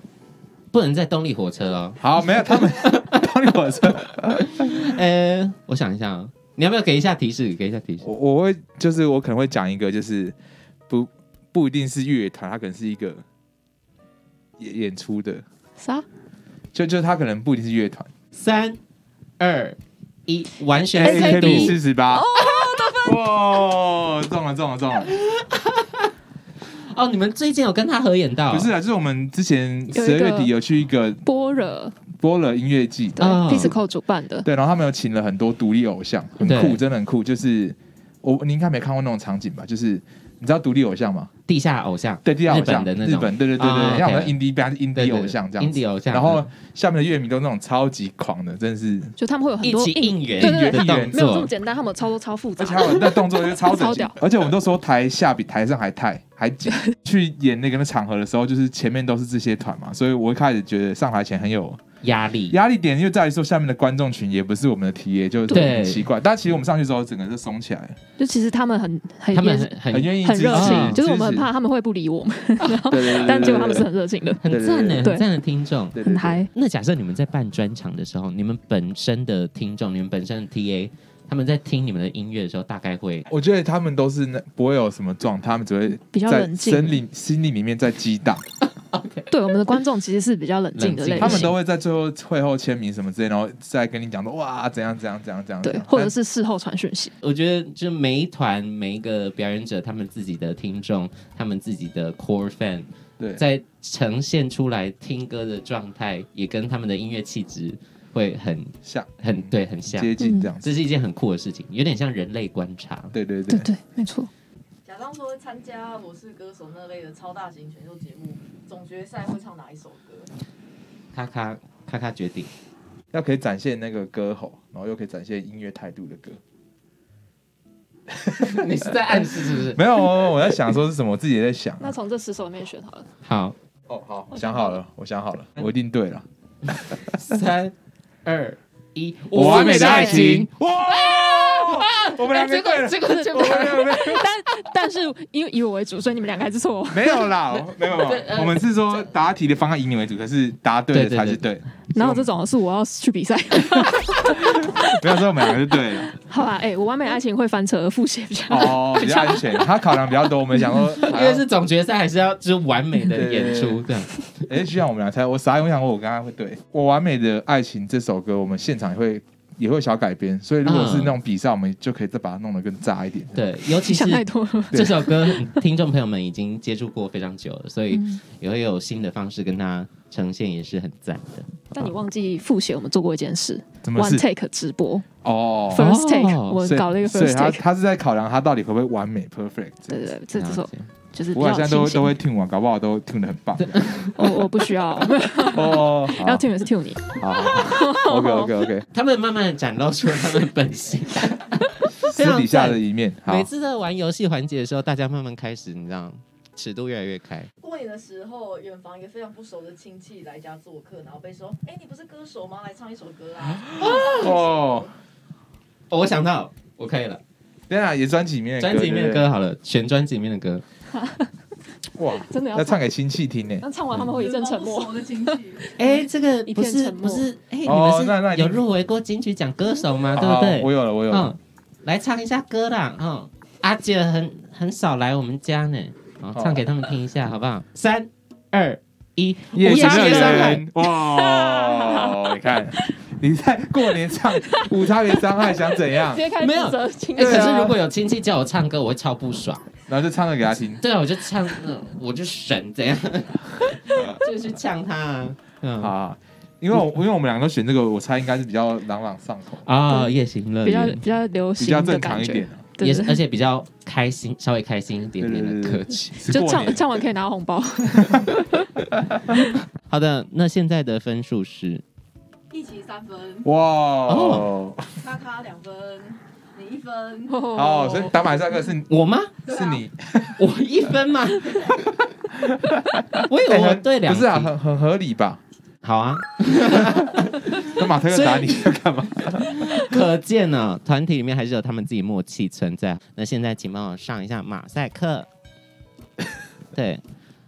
[SPEAKER 1] 不能在动力火车哦，
[SPEAKER 2] 好，没有他们， 帮你火车，
[SPEAKER 1] 呃，我想一下啊，你要不要给一下提示？给一下提示。
[SPEAKER 2] 我我会就是我可能会讲一个，就是不不一定是乐团，它可能是一个演演出的，
[SPEAKER 3] 啥？
[SPEAKER 2] 就就它可能不一定是乐团。
[SPEAKER 1] 三、二、一，完全
[SPEAKER 2] 哎
[SPEAKER 3] AKB
[SPEAKER 1] 是
[SPEAKER 2] AKB
[SPEAKER 1] 你
[SPEAKER 2] 四十
[SPEAKER 3] 哦
[SPEAKER 2] 八，哇，中了中了 中了！
[SPEAKER 1] 哦。你们最近有跟他合演到？
[SPEAKER 2] 不是啊，就是我们之前
[SPEAKER 3] 有一
[SPEAKER 2] 十
[SPEAKER 3] 个
[SPEAKER 2] 二月底有去一个
[SPEAKER 3] 般若
[SPEAKER 2] 波了音乐季，
[SPEAKER 3] 对
[SPEAKER 1] 啊
[SPEAKER 3] disco 主办的，
[SPEAKER 2] 对，然后他们有请了很多独立偶像，很
[SPEAKER 1] 对
[SPEAKER 2] 酷，真的很酷。就是我你应该没看过那种场景吧？就是你知道独立偶像吗？
[SPEAKER 1] 地下偶像，
[SPEAKER 2] 对，地下偶
[SPEAKER 1] 日本
[SPEAKER 2] 像，
[SPEAKER 1] 的那
[SPEAKER 2] 日
[SPEAKER 1] 种
[SPEAKER 2] 本，对对对
[SPEAKER 1] 啊
[SPEAKER 2] 对，像我们
[SPEAKER 1] OK
[SPEAKER 2] indie band、
[SPEAKER 1] 对
[SPEAKER 2] indie 偶像这样子。
[SPEAKER 1] ，indie 偶像，
[SPEAKER 2] 然后下面的乐迷都那种超级狂的，真的是，
[SPEAKER 3] 就他们会有很
[SPEAKER 1] 一
[SPEAKER 3] 多
[SPEAKER 1] 起
[SPEAKER 3] 应
[SPEAKER 1] 应援
[SPEAKER 3] 对对
[SPEAKER 1] 的动
[SPEAKER 3] 对没有这么
[SPEAKER 1] 作，
[SPEAKER 3] 简单，他们有超多超复杂
[SPEAKER 2] 而且还有
[SPEAKER 3] 的。
[SPEAKER 2] 那动作就是超整
[SPEAKER 3] 超
[SPEAKER 2] 齐
[SPEAKER 3] 屌，
[SPEAKER 2] 而且我们都说台下比台上还太还 紧。去演那个那场合的时候，就是前面都是这些团嘛，所以我一开始觉得上台前很有
[SPEAKER 1] 压力。
[SPEAKER 2] 压力点，就在于说下面的观众群也不是我们的 TA，就
[SPEAKER 1] 对
[SPEAKER 2] 很奇怪。但其实我们上去之后，整个就松起来了。
[SPEAKER 3] 就其实他们很很
[SPEAKER 1] 他们
[SPEAKER 3] 也是
[SPEAKER 1] 很
[SPEAKER 2] 很
[SPEAKER 1] 很
[SPEAKER 2] 愿意
[SPEAKER 3] 很
[SPEAKER 2] 支持
[SPEAKER 3] 热情，
[SPEAKER 1] 嗯
[SPEAKER 3] 就是我们很，
[SPEAKER 2] 支
[SPEAKER 3] 怕他们会不理我们，然后
[SPEAKER 2] 持对对对对对
[SPEAKER 3] 但结果他们是很热情的，
[SPEAKER 1] 很赞呢，
[SPEAKER 3] 对
[SPEAKER 1] 很赞的听众。
[SPEAKER 2] 对对对
[SPEAKER 3] 很嗨。
[SPEAKER 1] 那假设你们在办专场的时候，你们本身的听众，你们本身的 TA，他们在听你们的音乐的时候，大概会
[SPEAKER 2] 我觉得他们都是那不会有什么状态，他们只会
[SPEAKER 3] 比较
[SPEAKER 2] 在
[SPEAKER 3] 冷静
[SPEAKER 2] 心里心里里面在激荡，
[SPEAKER 3] 对，我们的观众其实是比较冷静的
[SPEAKER 1] 冷静
[SPEAKER 3] 类型，
[SPEAKER 2] 他们都会在最后会后签名什么之类，然后再跟你讲说哇怎样怎样怎样怎样，
[SPEAKER 3] 对
[SPEAKER 2] 怎，样
[SPEAKER 3] 或者是事后传讯息，
[SPEAKER 1] 我觉得，就每一团每一个表演者，他们自己的听众，他们自己的 core fan，
[SPEAKER 2] 对
[SPEAKER 1] 在呈现出来听歌的状态，也跟他们的音乐气质会很
[SPEAKER 2] 像
[SPEAKER 1] 很对很像。
[SPEAKER 2] 嗯接近这样子，
[SPEAKER 1] 这是一件很酷的事情，有点像人类观察。
[SPEAKER 2] 对对
[SPEAKER 3] 嗯对
[SPEAKER 2] 对，
[SPEAKER 3] 对，没错，
[SPEAKER 5] 假装说会参加《我是歌手》那类的超大型选秀节目，总决赛会唱哪一首歌？
[SPEAKER 1] 咔咔咔咔 决定，
[SPEAKER 2] 要可以展现那个歌喉，然后又可以展现音乐态度的歌。
[SPEAKER 1] 你是在暗示是不是？
[SPEAKER 2] 没有，我在想说是什么，我自己也在想啊。
[SPEAKER 3] 那从这十首里面选好了，
[SPEAKER 1] 好，
[SPEAKER 2] 哦，好，我想好了，我想好了，我一定对了。
[SPEAKER 1] 三二一，
[SPEAKER 2] 我完美的爱
[SPEAKER 3] 情，啊
[SPEAKER 2] 哇！我们
[SPEAKER 3] 哎
[SPEAKER 2] 两个对了，
[SPEAKER 3] 结果结果
[SPEAKER 2] 我们两个对了
[SPEAKER 3] 但 但是因为以我为主，所以你们两个还是错哦。
[SPEAKER 2] 没有啦，没有，没有，我们是说答题的方案以你为主，可是答呃对的才是对。
[SPEAKER 3] 哪有这种是我要去比赛？
[SPEAKER 2] 不要说我们两个是对 的，
[SPEAKER 3] 好吧，哎，我完美爱情会翻车复写比 较好。
[SPEAKER 2] 哦，比较安全。他考量比较多，我们想说，
[SPEAKER 1] 因为是总决赛，还是要就是完美的演出这样。
[SPEAKER 2] 哎，就像我们俩猜，我傻眼，我想我刚刚会对《我完美的爱情》这首歌，我们现场也会也会有小改编，所以如果是那种比赛，我们就可以再把它弄得更炸一点。
[SPEAKER 1] 对，尤其是
[SPEAKER 3] 想太多了，
[SPEAKER 1] 这首歌，听众朋友们已经接触过非常久了，所以也会有新的方式跟它呈现，也是很赞的。
[SPEAKER 3] 但你忘记复写我们做过一件事
[SPEAKER 2] 怎么
[SPEAKER 3] ，one
[SPEAKER 2] 是
[SPEAKER 3] take 直播
[SPEAKER 2] 哦？
[SPEAKER 3] first
[SPEAKER 1] 哦
[SPEAKER 3] take，我
[SPEAKER 2] 所以
[SPEAKER 3] 搞了一个
[SPEAKER 2] 所以
[SPEAKER 3] first
[SPEAKER 2] 他
[SPEAKER 3] take，
[SPEAKER 2] 他是在考量他到底可不可以完美 perfect。
[SPEAKER 3] 对对，对，这这首
[SPEAKER 1] 了解
[SPEAKER 3] 就是比
[SPEAKER 2] 我
[SPEAKER 3] 较
[SPEAKER 2] 好像都
[SPEAKER 3] 清
[SPEAKER 2] 会
[SPEAKER 3] 醒
[SPEAKER 2] 都。会听完，搞不好都听得很棒。
[SPEAKER 3] 我我不需要，
[SPEAKER 2] 哦，好
[SPEAKER 3] 要听也是听你。
[SPEAKER 2] 好好 好，OK OK OK，
[SPEAKER 1] 他们慢慢地展露出了他们本 性。非
[SPEAKER 2] 私
[SPEAKER 1] 常
[SPEAKER 2] 底下的
[SPEAKER 1] 赞
[SPEAKER 2] 一面，好
[SPEAKER 1] 每，次在玩游戏环节的时候，大家慢慢开始，你知道，尺度越来越开。
[SPEAKER 5] 过年的时候，远房一个非常不熟的亲戚来家做客，然后被说：“哎、你不是歌手吗？来唱一首歌啊
[SPEAKER 2] 哦，
[SPEAKER 1] 哦，我想到，我可以了，
[SPEAKER 2] 等一下也专辑里面的歌
[SPEAKER 1] 专辑里面的，
[SPEAKER 2] 对
[SPEAKER 1] 歌好了，选专辑里面的歌。
[SPEAKER 2] 不对哇，
[SPEAKER 3] 真的要
[SPEAKER 2] 要唱给亲戚听呢！
[SPEAKER 3] 那唱完他们！”会一阵沉
[SPEAKER 5] 远
[SPEAKER 3] 默。
[SPEAKER 5] 房不熟的亲戚，
[SPEAKER 1] 哎，这个
[SPEAKER 3] 一片
[SPEAKER 1] 不是
[SPEAKER 3] 沉
[SPEAKER 1] 不
[SPEAKER 3] 默
[SPEAKER 1] 是，哎，你
[SPEAKER 2] 哦那
[SPEAKER 1] 们
[SPEAKER 2] 那已
[SPEAKER 1] 是
[SPEAKER 2] 哦经
[SPEAKER 1] 有入围过金曲奖歌手吗？啊
[SPEAKER 2] 好
[SPEAKER 1] 对不
[SPEAKER 2] 好我
[SPEAKER 1] 对？
[SPEAKER 2] 有了，我有了，
[SPEAKER 1] 嗯，来唱一下歌啦，嗯，阿姐很很少来我们家呢，好，
[SPEAKER 2] 好
[SPEAKER 1] 唱给他们听一 下，好不好？三二一，
[SPEAKER 2] 夜
[SPEAKER 1] 无
[SPEAKER 2] 行
[SPEAKER 1] 差别伤害，
[SPEAKER 2] 人， 哇，你看你在过年唱无差别伤害，想怎 样
[SPEAKER 3] 直？接开始
[SPEAKER 1] 没有
[SPEAKER 3] 指责亲
[SPEAKER 1] 哎，
[SPEAKER 2] 对
[SPEAKER 3] 戚
[SPEAKER 1] 可
[SPEAKER 2] 啊
[SPEAKER 1] 是如果有亲戚叫我唱歌，我会超不爽。
[SPEAKER 2] 然后就唱了给他听，
[SPEAKER 1] 对啊，我就唱，嗯我就神怎样， 就去呛他啊。嗯
[SPEAKER 2] 好好，因为我因为我们两个都选这个，我猜应该是比较朗朗上口，
[SPEAKER 1] 啊，夜行乐
[SPEAKER 3] 比较
[SPEAKER 1] 园
[SPEAKER 3] 比较
[SPEAKER 2] 嗯
[SPEAKER 3] 流
[SPEAKER 2] 比
[SPEAKER 3] 行
[SPEAKER 2] 较
[SPEAKER 3] 的
[SPEAKER 2] 正
[SPEAKER 3] 感
[SPEAKER 2] 常一
[SPEAKER 3] 觉，
[SPEAKER 2] 点啊。
[SPEAKER 3] 对
[SPEAKER 1] 也是，呃
[SPEAKER 3] 对
[SPEAKER 1] 而且比较开心，稍微开心一点
[SPEAKER 2] 对
[SPEAKER 1] 点
[SPEAKER 2] 对
[SPEAKER 1] 的
[SPEAKER 2] 对
[SPEAKER 1] 歌
[SPEAKER 2] 对
[SPEAKER 1] 曲。
[SPEAKER 2] 是
[SPEAKER 3] 就
[SPEAKER 2] 过
[SPEAKER 3] 唱
[SPEAKER 2] 年
[SPEAKER 3] 唱完可以拿红包。
[SPEAKER 1] 好的，那现在的分数是
[SPEAKER 5] 一起三分，
[SPEAKER 2] 哇
[SPEAKER 1] 哦
[SPEAKER 2] 哦，
[SPEAKER 5] 咔咔两分，你一分。
[SPEAKER 2] 好，哦所以打马赛克是
[SPEAKER 1] 我吗？
[SPEAKER 2] 是你，
[SPEAKER 1] 我一分 吗？我以为我对两
[SPEAKER 2] 不是啊，
[SPEAKER 1] 题
[SPEAKER 2] 很很合理吧？
[SPEAKER 1] 好啊，
[SPEAKER 2] 那马特又打你要干嘛？
[SPEAKER 1] 可见呢，团体里面还是有他们自己默契存在。那现在请帮我上一下马赛克。对，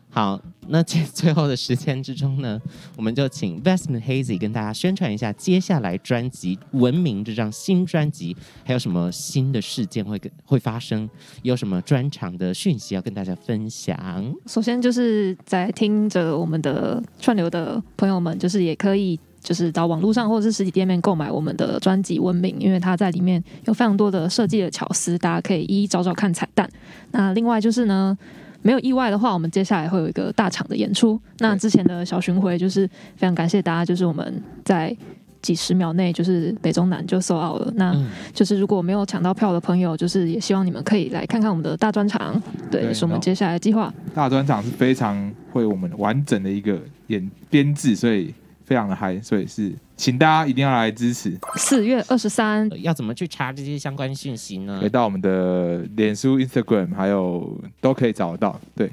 [SPEAKER 1] 好，那这最后的时间之中呢，我们就请 Vestman Hazy 跟大家宣传一下接下来专辑《文明》这张新专辑，还有什么新的事件会跟会发生，有什么专场的讯息要跟大家分享。
[SPEAKER 3] 首先就是在听着我们的串流的朋友们，就是也可以就是到网络上或者是实体店面购买我们的专辑《文明》，因为它在里面有非常多的设计的巧思，大家可以一一找找看彩蛋。那另外就是呢。没有意外的话，我们接下来会有一个大场的演出。那之前的小巡回就是非常感谢大家，就是我们在几十秒内就是北中南就 sold out 了。那
[SPEAKER 1] 嗯，
[SPEAKER 3] 就是如果没有抢到票的朋友，就是也希望你们可以来看看我们的大专场，对，
[SPEAKER 2] 对
[SPEAKER 3] 也是我们
[SPEAKER 2] 然后
[SPEAKER 3] 接下来的计划。
[SPEAKER 2] 大专场是非常会我们完整的一个演编制，所以非常的嗨，所以是请大家一定要来支持，
[SPEAKER 3] 四月二十三
[SPEAKER 1] 呃要怎么去查这些相关讯息呢
[SPEAKER 2] 可以？到我们的脸书、Instagram 还有都可以找得到。对，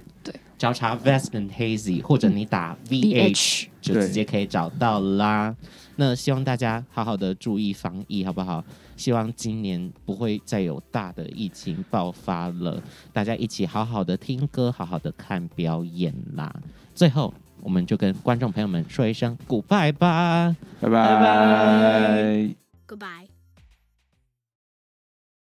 [SPEAKER 1] 找查 Vestman Hazy，或者你打
[SPEAKER 3] ，E
[SPEAKER 1] VH
[SPEAKER 3] DH，
[SPEAKER 1] 就直接可以找到啦。那希望大家好好的注意防疫，好不好？希望今年不会再有大的疫情爆发了，大家一起好好的听歌，好好的看表演啦。最后，我们就跟观众朋友们说一声 goodbye 吧。拜
[SPEAKER 2] 拜拜。
[SPEAKER 1] 拜
[SPEAKER 6] Goodbye.